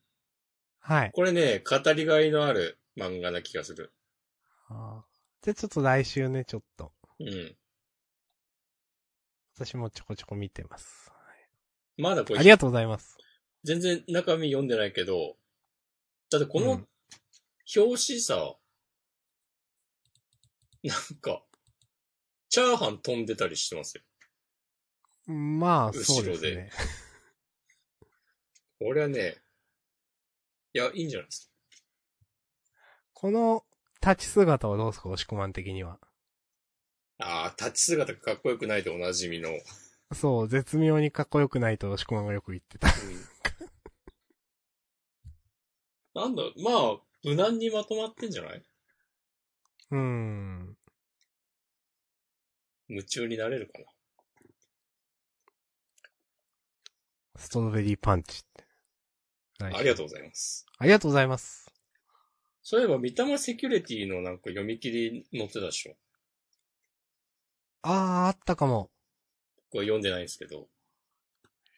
はい。これね、語りがいのある漫画な気がする。あーで、ちょっと来週ね、ちょっと。うん。私もちょこちょこ見てます。まだこありれ、がとうございます。全然中身読んでないけど、だってこうのん表紙さ、なんか、チャーハン飛んでたりしてますよ。まあ、そう後でろすでね。これはね、いや、いいんじゃないですか。この立ち姿はどうですか、押し込まん的には。ああ、立ち姿がかっこよくないでおなじみの。そう、絶妙にかっこよくないと押し込まんがよく言ってた。 なんだ、まあ、無難にまとまってんじゃないーうん。夢中になれるかな。ストロベリーパンチって。ありとがう。とうございます。ありがとうございます。そういえば、三玉セキュリティのなんか読み切り載ってたでしょ。あー、あったかも。これ読んでないんですけど。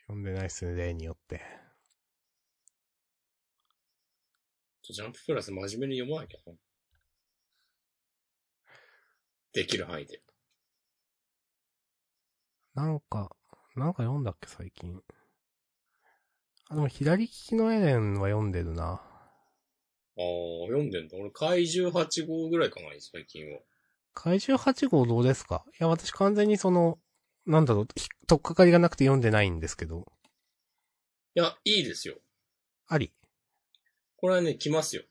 読んでないっすね、例によって。ジャンププラス真面目に読まなきゃな。できる範囲で。なんか、なんか読んだっけ、最近。あ、でも、左利きのエレンは読んでるな。ああ、読んでんだ。俺、怪獣8号ぐらいかな、最近は。怪獣8号どうですかいや、私完全にその、なんだろう、ひとっかかりがなくて読んでないんですけど。いや、いいですよ。あり。これはね、来ますよ。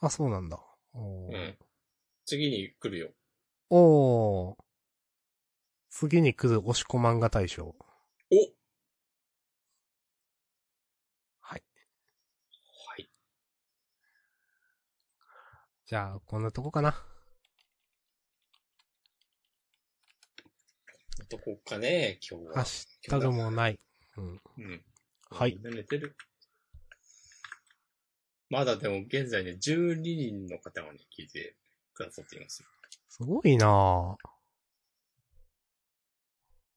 あ、そうなんだ。うおー。ん。次に来るよ。おー次に来る押し子漫画大賞。おはい。はい。じゃあ、こんなとこかな。どこかね、今日ハッ。はシュタグもない。うん。うん。はい。寝てる。まだでも現在ね、12人の方がね、聞いてくださっていますよ。すごいなぁ。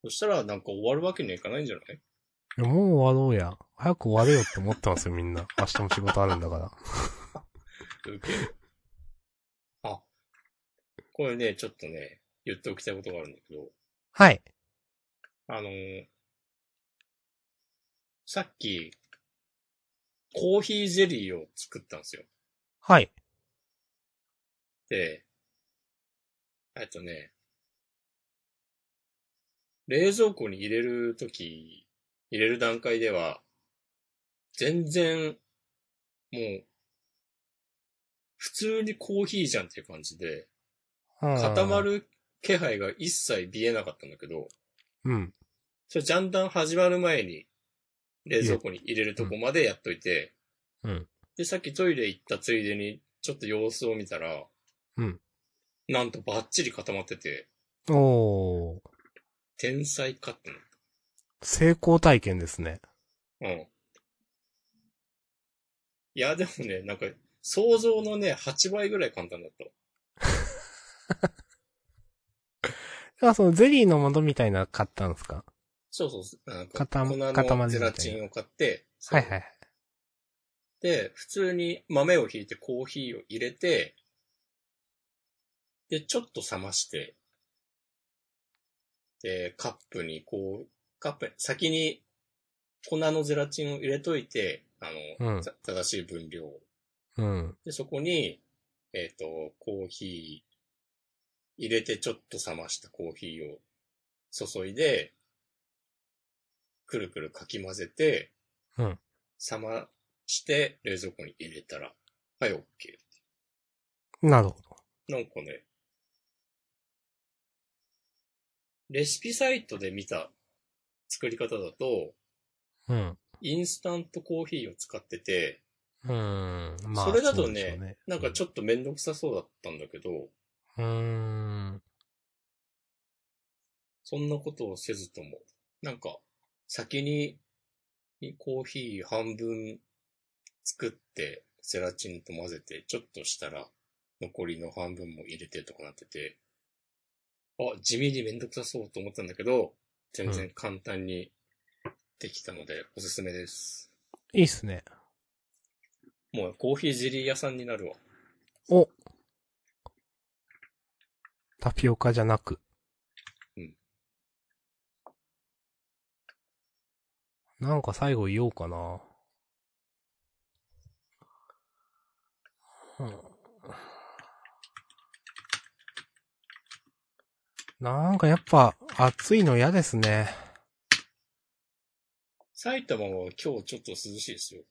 そしたらなんか終わるわけにはいかないんじゃないいやもう終わろうや。早く終われよって思ってますよ、みんな。 明日も仕事あるんだから。受ける。 あ、これね、ちょっとね、言っておきたいことがあるんだけど、はい。あのーさっき、コーヒーゼリーを作ったんですよ。はい。で、えっとね、冷蔵庫に入れるとき、入れる段階では、全然、もう、普通にコーヒーじゃんっていう感じで、うん固ま。る気配が一切見えなかったんだけど、うん。それじゃんだん始まる前に、冷蔵庫に入れるとこまでやっといて、うん。で、さっきトイレ行ったついでに、ちょっと様子を見たら、うん。なんとバッチリ固まってて、おー。天才かってなっ成功体験ですね。た。うん。いや、でもね、なんか、想像のね、8倍ぐらい簡単だった。だからそのゼリーのものみたいなの買ったんですかそうそうそう。なんか、固ま粉固まのりみゼたいなラチンを買って、はいはいはい。で、普通に豆をひいてコーヒーを入れて、で、ちょっと冷まして、で、カップにこう、カップ、先に粉のゼラチンを入れといて、あの、うんざ正しい分量をうん。で、そこに、えっ、と、コーヒー、入れてちょっと冷ましたコーヒーを注いで、くるくるかき混ぜて、うん冷まして冷蔵庫に入れたら、はい、OK。なるほど。なんかね、レシピサイトで見た作り方だと、うん。インスタントコーヒーを使ってて、うーん。まあ。それだとうでしょうね、なんかちょっとめんどくさそうだったんだけど、うーん。そんなことをせずとも、なんか、先にコーヒー半分作って、ゼラチンと混ぜて、ちょっとしたら、残りの半分も入れてとかなってて、あ、地味にめんどくさそうと思ったんだけど、全然簡単にできたので、おすすめです。いいっすね。もうコーヒーゼリー屋さんになるわ。おタピオカじゃなく。うん。なんか最後言おうかな。うんなんかやっぱ暑いの嫌ですね。埼玉は今日ちょっと涼しいですよ。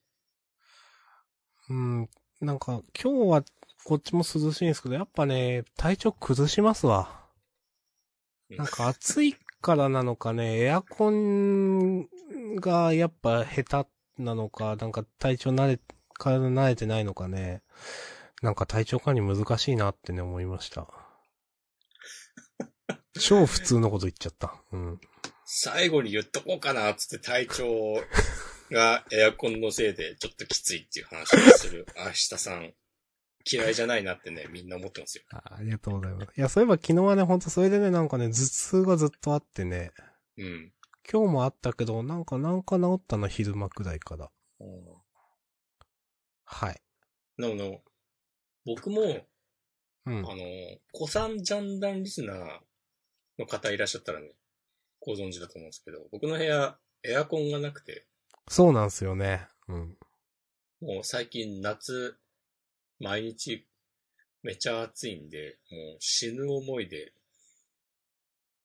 うん。なんか今日はこっちも涼しいんですけど、やっぱね、体調崩しますわ。うんなんか暑いからなのかね、エアコンがやっぱ下手なのか、なんか体調慣れ、体慣れてないのかね、なんか体調管理難しいなってね思いま した。超普通のこと言っちゃった。うん。最後に言っとこうかな、つって体調がエアコンのせいでちょっときついっていう話をする明日さん。嫌いじゃないなってね、みんな思ってますよ。あありがとうございます。いや、そういえば昨日はね、ほんとそれでね、なんかね、頭痛がずっとあってね、うん。今日もあったけど、なんか、なんか治ったの昼間くらいから。はい。なので、僕も、うあん。の、古参ジャンダンリスナーの方いらっしゃったらね、ご存知だと思うんですけど、僕の部屋、エアコンがなくて、そうなんすよね。うん。もう最近夏、毎日めちゃ暑いんで、もう死ぬ思いで、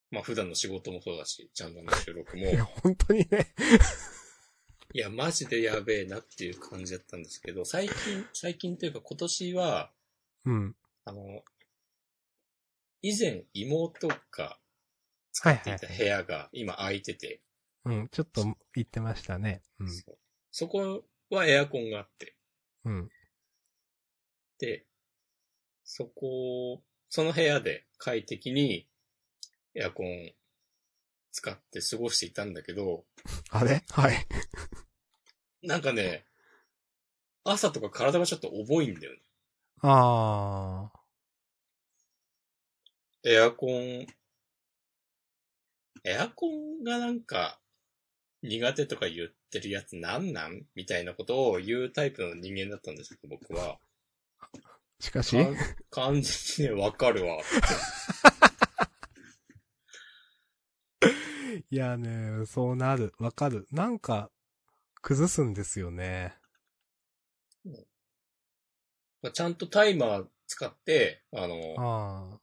まあ普段の仕事もそうだし、ちゃんとの収録も、いや、い本当にね。や、マジでやべえなっていう感じだったんですけど、最近、最近というか今年は、うん。あの、以前妹がはい行はっいて。た部屋が今空いてて、うん、ちょっと言ってましたね。そうそこはエアコンがあって、うん。うん。で、そこを、その部屋で快適にエアコン使って過ごしていたんだけど、あれはい。なんかね、朝とか体がちょっと重いんだよね。あエアコン、エアコンがなんか苦手とか言ってるやつなんなんみたいなことを言うタイプの人間だったんですけど、僕は。ー。しかし、か完全にね、わかるわ。いやね、そうなる。わかる。なんか、崩すんですよね。ちゃんとタイマー使って、あの、あ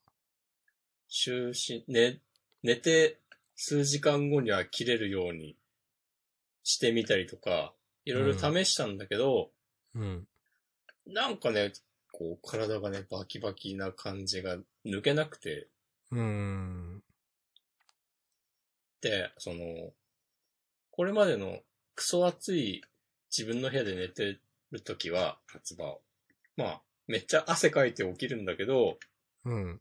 就寝、寝、寝て数時間後には切れるようにしてみたりとか、いろいろ試したんだけど、あ。うん。なんかね、こう体がね、バキバキな感じが抜けなくて、うーん。で、その、これまでのクソ暑い自分の部屋で寝てるときは、夏場を。まあ、めっちゃ汗かいて起きるんだけど、うん。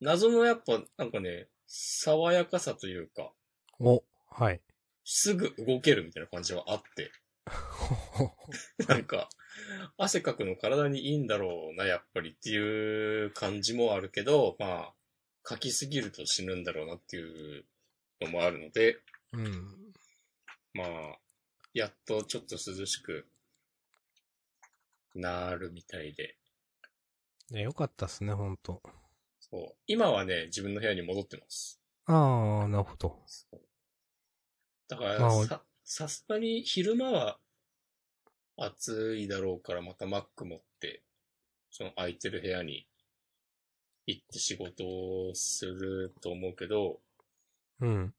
謎のやっぱ、なんかね、爽やかさというか、お、はい。 すぐ動けるみたいな感じはあって、なんか、汗かくの体にいいんだろうな、やっぱりっていう感じもあるけど、まあ、かきすぎると死ぬんだろうなっていうのもあるので、うん。まあ、やっとちょっと涼しくなるみたいで。いやよかったっすね、ほんと。そう。今はね、自分の部屋に戻ってます。ああ、なるほど。そうだから、まあさ、さすがに昼間は暑いだろうから、また Mac 持って、その空いてる部屋に行って仕事をすると思うけど、うん。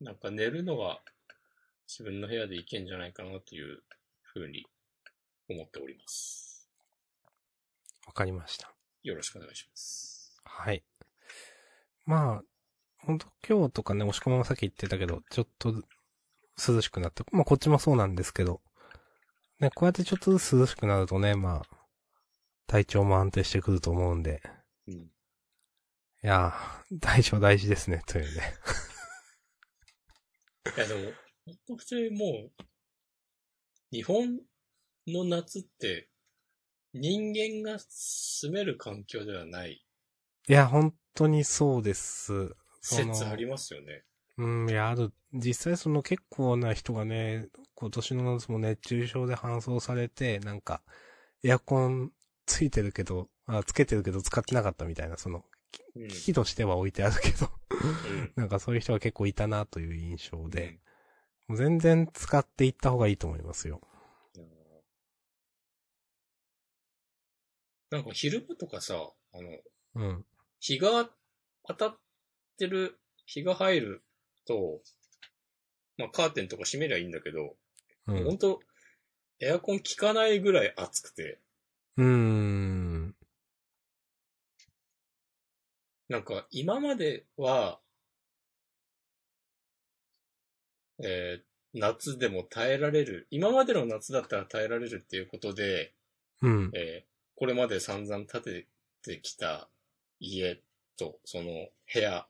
なんか寝るのは自分の部屋で行けんじゃないかなというふうに思っております。わかりました。よろしくお願いします。はい。まあ、ほんと今日とかね、押し込みもさっき言ってたけど、ちょっと涼しくなって、まあこっちもそうなんですけど、ね、こうやってちょっとずつ涼しくなるとね、まあ、体調も安定してくると思うんで、うん。いやー、体調大事ですね、というね。いやでも、本当普通にもう、日本の夏って、人間が住める環境ではないいや、本当にそうです。その説ありますよね。うん、いや、ある、実際その結構な人がね、今年の夏も熱中症で搬送されて、なんか、エアコンついてるけど、あ、つけてるけど使ってなかったみたいな、その、うん。機器としては置いてあるけど、 うんなんかそういう人が結構いたなという印象で、、もう全然使っていった方がいいと思いますよ。うんなんか昼間とかさ、あの、うん。日が当たってる、日が入ると、まあカーテンとか閉めりゃいいんだけど、うほんん。と、エアコン効かないぐらい暑くて、うーん。なんか今までは、えー夏でも耐えられる、今までの夏だったら耐えられるっていうことで、うん。えーこれまで散々建ててきた家とその部屋、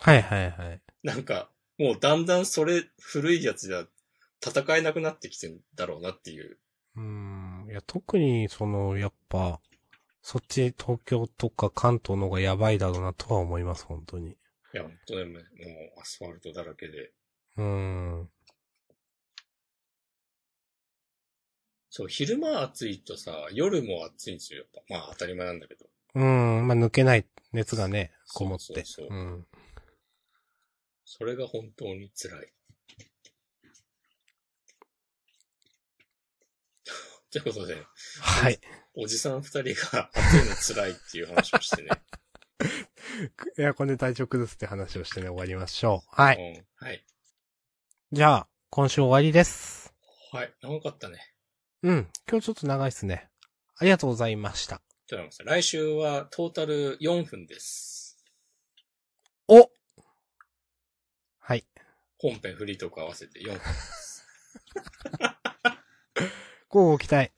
はいはいはい。なんかもうだんだんそれ古いやつじゃ戦えなくなってきてんだろうなっていう。うーん。いや、特にその、やっぱ、そっち東京とか関東の方がやばいだろうなとは思います、本当に。いや、本当にもうアスファルトだらけで。うーん。そう、昼間暑いとさ、夜も暑いんですよ。やっぱまあ当たり前なんだけど。うーん。まあ、抜けない熱がね、こもって。そうそうそううん。それが本当に辛い。 ということで、はい。おじさん二人が暑いの辛いっていう話をしてね。 エアコンで体調崩すって話をしてね、終わりましょう。 はい。うん、はい。じゃあ、今週終わりです。はい。長かったね。うん。今日ちょっと長いっすね。ありがとうございました。ということで来週はトータル4分です。おはい。本編フリートーク合わせて4分。こうご期待。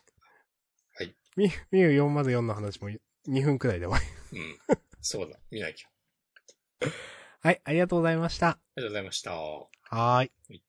はい。み、みゆ404の話も2分くらいで終わり。うん。そうだ。見なきゃ。あはい。ありがとうございました。りがとうございました。はーい。い